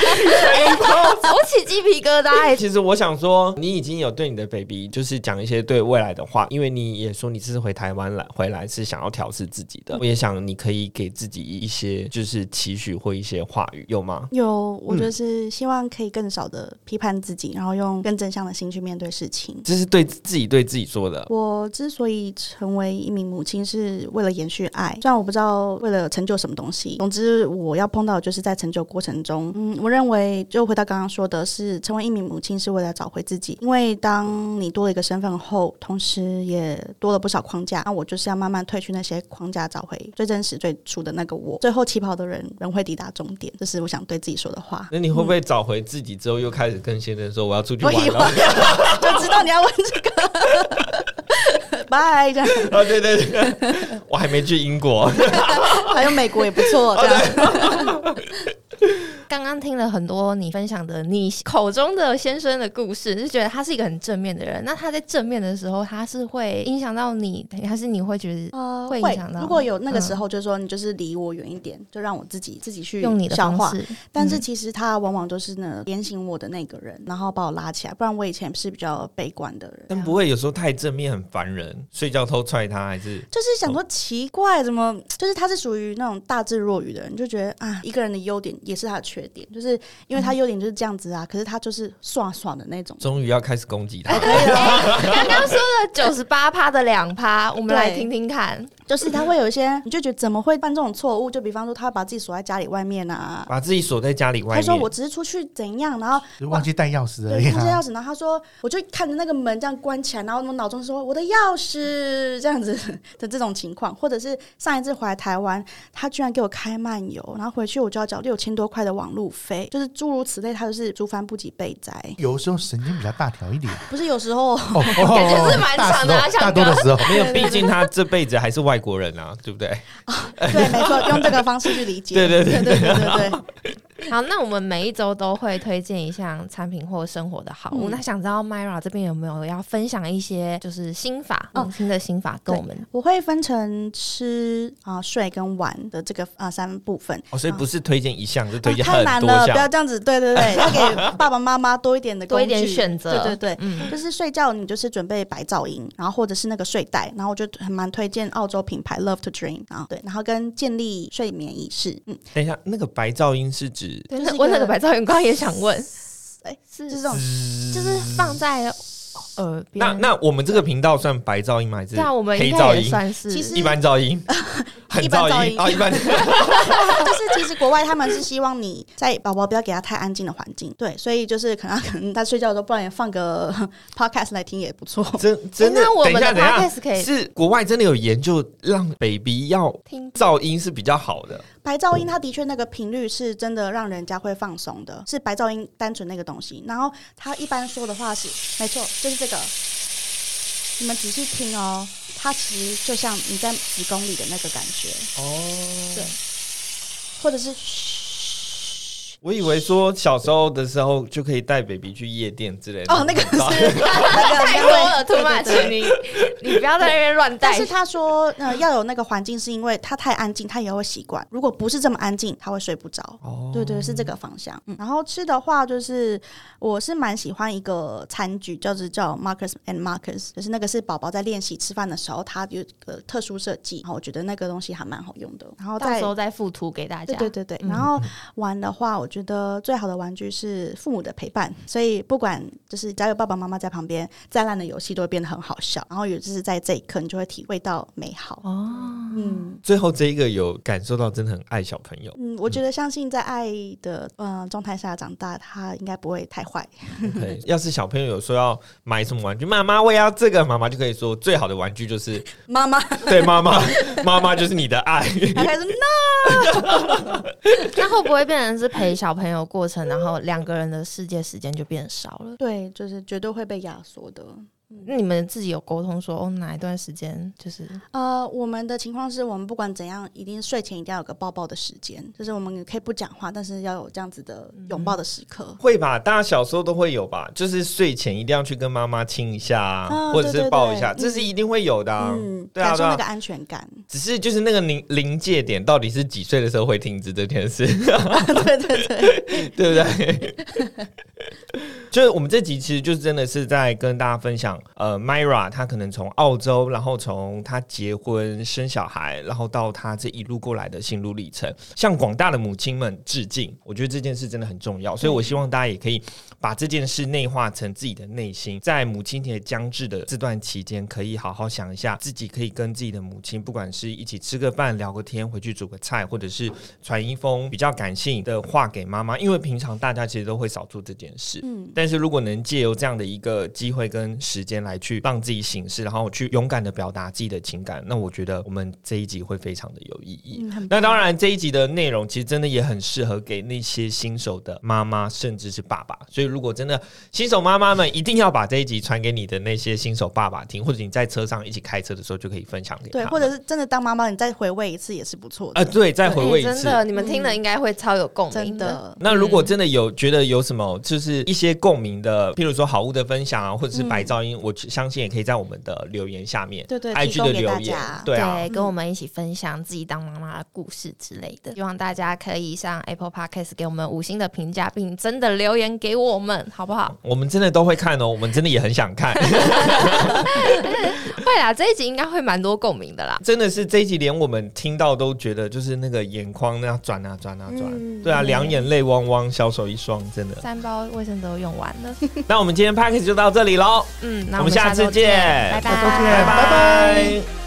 Speaker 2: 我起鸡皮疙 瘩欸。
Speaker 1: 其实我想说，你已经有对你的 baby 就是讲一些对未来的话，因为你也说你这次回台湾来回来是想要调试自己的，我也想你可以给自己一些就是期许或一些话语，有吗？
Speaker 4: 有，我就是希望可以更少的批判自己，然后用更正向的心去面对事情。
Speaker 1: 这是对自己对自己说的。
Speaker 4: 我之所以成为一名母亲，是为了延续爱。虽然我不知道为了成就什么东西，总之我要碰到的就是在成就过程中，嗯，我认为就回到刚刚说的是，成为一名母亲是为了找回自己。因为当你多了一个身份后，同时也多了不少框架，那我就是要慢慢褪去那些框架，找回最真实、最初的那个我。最后起跑的人仍会抵达终点，这是我想对自己说的话。
Speaker 1: 那你会不会找回自己之后，又开始跟先生说我要出去
Speaker 4: 我
Speaker 1: 玩
Speaker 4: 以
Speaker 1: 了
Speaker 4: 后？ 就知道你要问这 个。拜，这样
Speaker 1: 啊，对对对，我还没去英国。
Speaker 4: 还有美国也不
Speaker 1: 哦
Speaker 4: 错，这样。
Speaker 2: 刚刚听了很多你分享的你口中的先生的故事，就觉得他是一个很正面的人。那他在正面的时候，他是会影响到你，还是你会觉得
Speaker 4: 呃，
Speaker 2: 会
Speaker 4: 会
Speaker 2: 影响到嗯
Speaker 4: 如果有那个时候，就是说你就是离我远一点，就让我自己自己去
Speaker 2: 用你的
Speaker 4: 消
Speaker 2: 方
Speaker 4: 化。
Speaker 2: 式？
Speaker 4: 但是
Speaker 2: 嗯
Speaker 4: 其实他往往都是呢点醒我的那个人，然后把我拉起来。不然我以前是比较悲观的
Speaker 2: 哦
Speaker 4: 人，
Speaker 1: 但不会，有时候太正面很烦人，睡觉偷踹他还是
Speaker 4: 就是想说奇怪，怎么就是他是属于那种大智若愚的人，就觉得啊，一个人的优点也是他的缺点，就是因为他优点就是这样子
Speaker 2: 嗯
Speaker 4: 啊，可是他就是爽爽的那种。
Speaker 1: 终于要开始攻击他。
Speaker 2: 刚刚说的九十八趴的两趴，我们
Speaker 4: 对
Speaker 2: 来听听看。
Speaker 4: 就是他会有一些，你就觉得怎么会犯这种错误？就比方说，他会把自己锁在家里外面啊。
Speaker 1: 把自己锁在家里外
Speaker 4: 他
Speaker 1: 面，
Speaker 4: 说我只是出去怎样，然后
Speaker 3: 就忘记带钥匙而
Speaker 4: 对，
Speaker 3: 已、
Speaker 4: 他这
Speaker 3: 啊
Speaker 4: 钥。匙，然后他说，我就看着那个门这样关起来，然后我脑中说我的钥匙这样子的这种情况，或者是上一次回来台湾，他居然给我开漫游，然后回去我就要缴六千多块的网路费，就是诸如此类，他就是竹帆不及被宰。
Speaker 3: 有时候神经比较大条一点，
Speaker 4: 不是有时候，
Speaker 3: 哦，哦
Speaker 2: 感觉是蛮长的啊
Speaker 3: 大时候
Speaker 2: 像
Speaker 3: 大多的时候，
Speaker 1: 没有，毕竟他这辈子还是外外国人啊，对不对？
Speaker 4: 对，没错，用这个方式去理解。
Speaker 1: 对对
Speaker 4: 对
Speaker 1: 对
Speaker 4: 对对对
Speaker 2: 好，那我们每一周都会推荐一项产品或生活的好物。
Speaker 4: 嗯
Speaker 2: 那想知道 Myra 这边有没有要分享一些就是心法，
Speaker 4: 哦
Speaker 2: 农心的心法跟我们？
Speaker 4: 我会分成吃啊、睡跟玩的这个啊、三部分。
Speaker 1: 哦，所以不是推荐一项，是推
Speaker 4: 啊、
Speaker 1: 荐
Speaker 4: 太
Speaker 1: 很
Speaker 4: 难
Speaker 1: 多
Speaker 4: 了，不要
Speaker 1: 项。
Speaker 4: 这样子。对对对，要给爸爸妈妈多一点的
Speaker 2: 多一
Speaker 4: 工具
Speaker 2: 点选择
Speaker 4: 对对对，
Speaker 2: 嗯，
Speaker 4: 就是睡觉，你就是准备白噪音，然后或者是那个睡袋，然后我就很蛮推荐澳洲品牌 Love to Dream 啊，对，然后跟建立睡眠仪式，嗯，
Speaker 1: 等一下，那个白噪音是指
Speaker 2: 对，
Speaker 4: 就是
Speaker 2: 那
Speaker 4: 一
Speaker 2: 我那
Speaker 4: 个
Speaker 2: 个白噪音刚刚也想问，
Speaker 4: 哎
Speaker 2: 是
Speaker 4: 就是这种
Speaker 2: 就是放在耳边。
Speaker 1: 那那我们这个频道算白噪音吗？还是
Speaker 2: 对啊，我们
Speaker 1: 黑
Speaker 2: 应该
Speaker 1: 噪
Speaker 2: 也
Speaker 1: 音？
Speaker 2: 算是，
Speaker 4: 其实
Speaker 1: 一般噪音，很噪
Speaker 4: 一般噪音
Speaker 1: 啊，一般。
Speaker 4: 就是其实国外他们是希望你在宝宝不要给他太安静的环境，对，所以就是可能他可能他睡觉的时候，不然也放个 podcast 来听也不错。
Speaker 1: 真真的
Speaker 2: 那，我
Speaker 1: 等
Speaker 2: 们
Speaker 1: 一
Speaker 2: 的
Speaker 1: 下，等一
Speaker 2: podcast 可
Speaker 1: 下，
Speaker 2: 以
Speaker 1: 是国外真的有研究让 baby 要
Speaker 2: 听
Speaker 1: 噪音是比较好的，
Speaker 4: 白噪音它的确那个频率是真的让人家会放松的，是白噪音单纯那个东西。然后他一般说的话是，没错，就是这个。你们仔细听哦，它其实就像你在子宫里的那个感觉，
Speaker 1: 哦
Speaker 4: 对，或者是嘘
Speaker 1: 我以为说小时候的时候就可以带 baby 去夜店之类的。
Speaker 4: 哦，那个是那个
Speaker 2: 太多了，
Speaker 4: 对
Speaker 2: 兔
Speaker 4: 对
Speaker 2: 马奇
Speaker 4: 对，
Speaker 2: 你你不要在那边乱带
Speaker 4: 但。是他说，呃，要有那个环境，是因为他太安静，他也会习惯。如果不是这么安静，他会睡不着。
Speaker 1: 哦
Speaker 4: 对对，是这个方向。嗯，然后吃的话，就是我是蛮喜欢一个餐具，就是叫 Marcus and Marcus，就是那个是宝宝在练习吃饭的时候，它有一个特殊设计，然后我觉得那个东西还蛮好用的。然后
Speaker 2: 到
Speaker 4: 再
Speaker 2: 时候再附图给大家。
Speaker 4: 对对对对，
Speaker 2: 嗯
Speaker 4: 然后玩的话，我觉得最好的玩具是父母的陪伴，所以不管就是只要有爸爸妈妈在旁边，再烂的游戏都会变得很好笑。然后也就是在这一刻，你就会体会到美好。
Speaker 2: 哦，
Speaker 4: 嗯
Speaker 1: 最后这一个有感受到真的很爱小朋友，
Speaker 4: 嗯，我觉得相信在爱的嗯状态下长大，他应该不会太坏。
Speaker 1: 对，要是小朋友有说要买什么玩具，妈妈我也要这个，妈妈就可以说最好的玩具就是
Speaker 4: 妈妈，
Speaker 1: 对妈妈， 妈妈就是你的爱。
Speaker 4: 他开始 no，
Speaker 2: 那会不会变成是陪小朋友过程，然后两个人的世界时间就变少了？
Speaker 4: 对，就是绝对会被压缩的。
Speaker 2: 那你们自己有沟通说，哦，哪一段时间就是
Speaker 4: 呃，我们的情况是我们不管怎样，一定睡前一定要有个抱抱的时间，就是我们可以不讲话，但是要有这样子的拥抱的时刻。
Speaker 1: 会吧，大家小时候都会有吧，就是睡前一定要去跟妈妈亲一下啊，
Speaker 4: 啊
Speaker 1: 或者
Speaker 4: 对
Speaker 1: 是
Speaker 4: 对
Speaker 1: 抱一下，
Speaker 4: 对
Speaker 1: 这是一定会有的、啊。
Speaker 4: 嗯，
Speaker 1: 对啊，
Speaker 4: 感受
Speaker 1: 对
Speaker 4: 那
Speaker 1: 啊
Speaker 4: 个。安全感。
Speaker 1: 只是就是那个临临界点到底是几岁的时候会停止这件事，
Speaker 4: 对对对，
Speaker 1: 对不对？就是我们这集其实就是真的是在跟大家分享，呃，Myra 她可能从澳洲，然后从她结婚生小孩，然后到她这一路过来的心路历程，向广大的母亲们致敬。我觉得这件事真的很重要，所以我希望大家也可以把这件事内化成自己的内心，在母亲节将至的这段期间，可以好好想一下，自己可以跟自己的母亲，不管是一起吃个饭、聊个天、回去煮个菜，或者是传一封比较感性的话给妈妈，因为平常大家其实都会少做这件事。
Speaker 4: 嗯，
Speaker 1: 但是如果能借由这样的一个机会跟时间来去让自己醒视，然后去勇敢的表达自己的情感，那我觉得我们这一集会非常的有意义。
Speaker 4: 嗯很
Speaker 1: 那当然，这一集的内容其实真的也很适合给那些新手的妈妈，甚至是爸爸。所以，如果真的新手妈妈们，一定要把这一集传给你的那些新手爸爸听，或者你在车上一起开车的时候就可以分享给他
Speaker 4: 对，
Speaker 1: 们。
Speaker 4: 或者是真的当妈妈，你再回味一次也是不错的。
Speaker 1: 啊，对，再回味一
Speaker 2: 欸
Speaker 1: 次
Speaker 2: 真。的，你们听了应该会超有共鸣
Speaker 4: 真。的，
Speaker 1: 那如果真的有觉得有什么，就是一些共鸣的，譬如说好物的分享啊，或者是白噪音，我相信也可以在我们的留言下面，
Speaker 4: 对对提
Speaker 1: ，IG
Speaker 4: 供
Speaker 1: 的
Speaker 4: 给
Speaker 1: 留
Speaker 4: 大
Speaker 1: 言
Speaker 4: 家，
Speaker 1: 对啊，
Speaker 2: 跟我们一起分享自己当妈妈的故事之类的，希望大家可以上 Apple Podcast 给我们五星的评价，并真的留言给我们，好不好？
Speaker 1: 我们真的都会看哦，我们真的也很想看。
Speaker 2: 会啦，这一集应该会蛮多共鸣的啦。。
Speaker 1: 真的是这一集，连我们听到都觉得就是那个眼眶那样转啊转啊转，
Speaker 4: 嗯
Speaker 1: 对啊，两眼泪汪汪，小手一双，真的
Speaker 2: 三包卫生纸都用完了，
Speaker 1: 那我们今天 p a c k a g e 就到这里喽，
Speaker 2: 嗯，那
Speaker 1: 我们下
Speaker 2: 下
Speaker 1: 次见，
Speaker 2: 拜拜，
Speaker 1: 拜拜。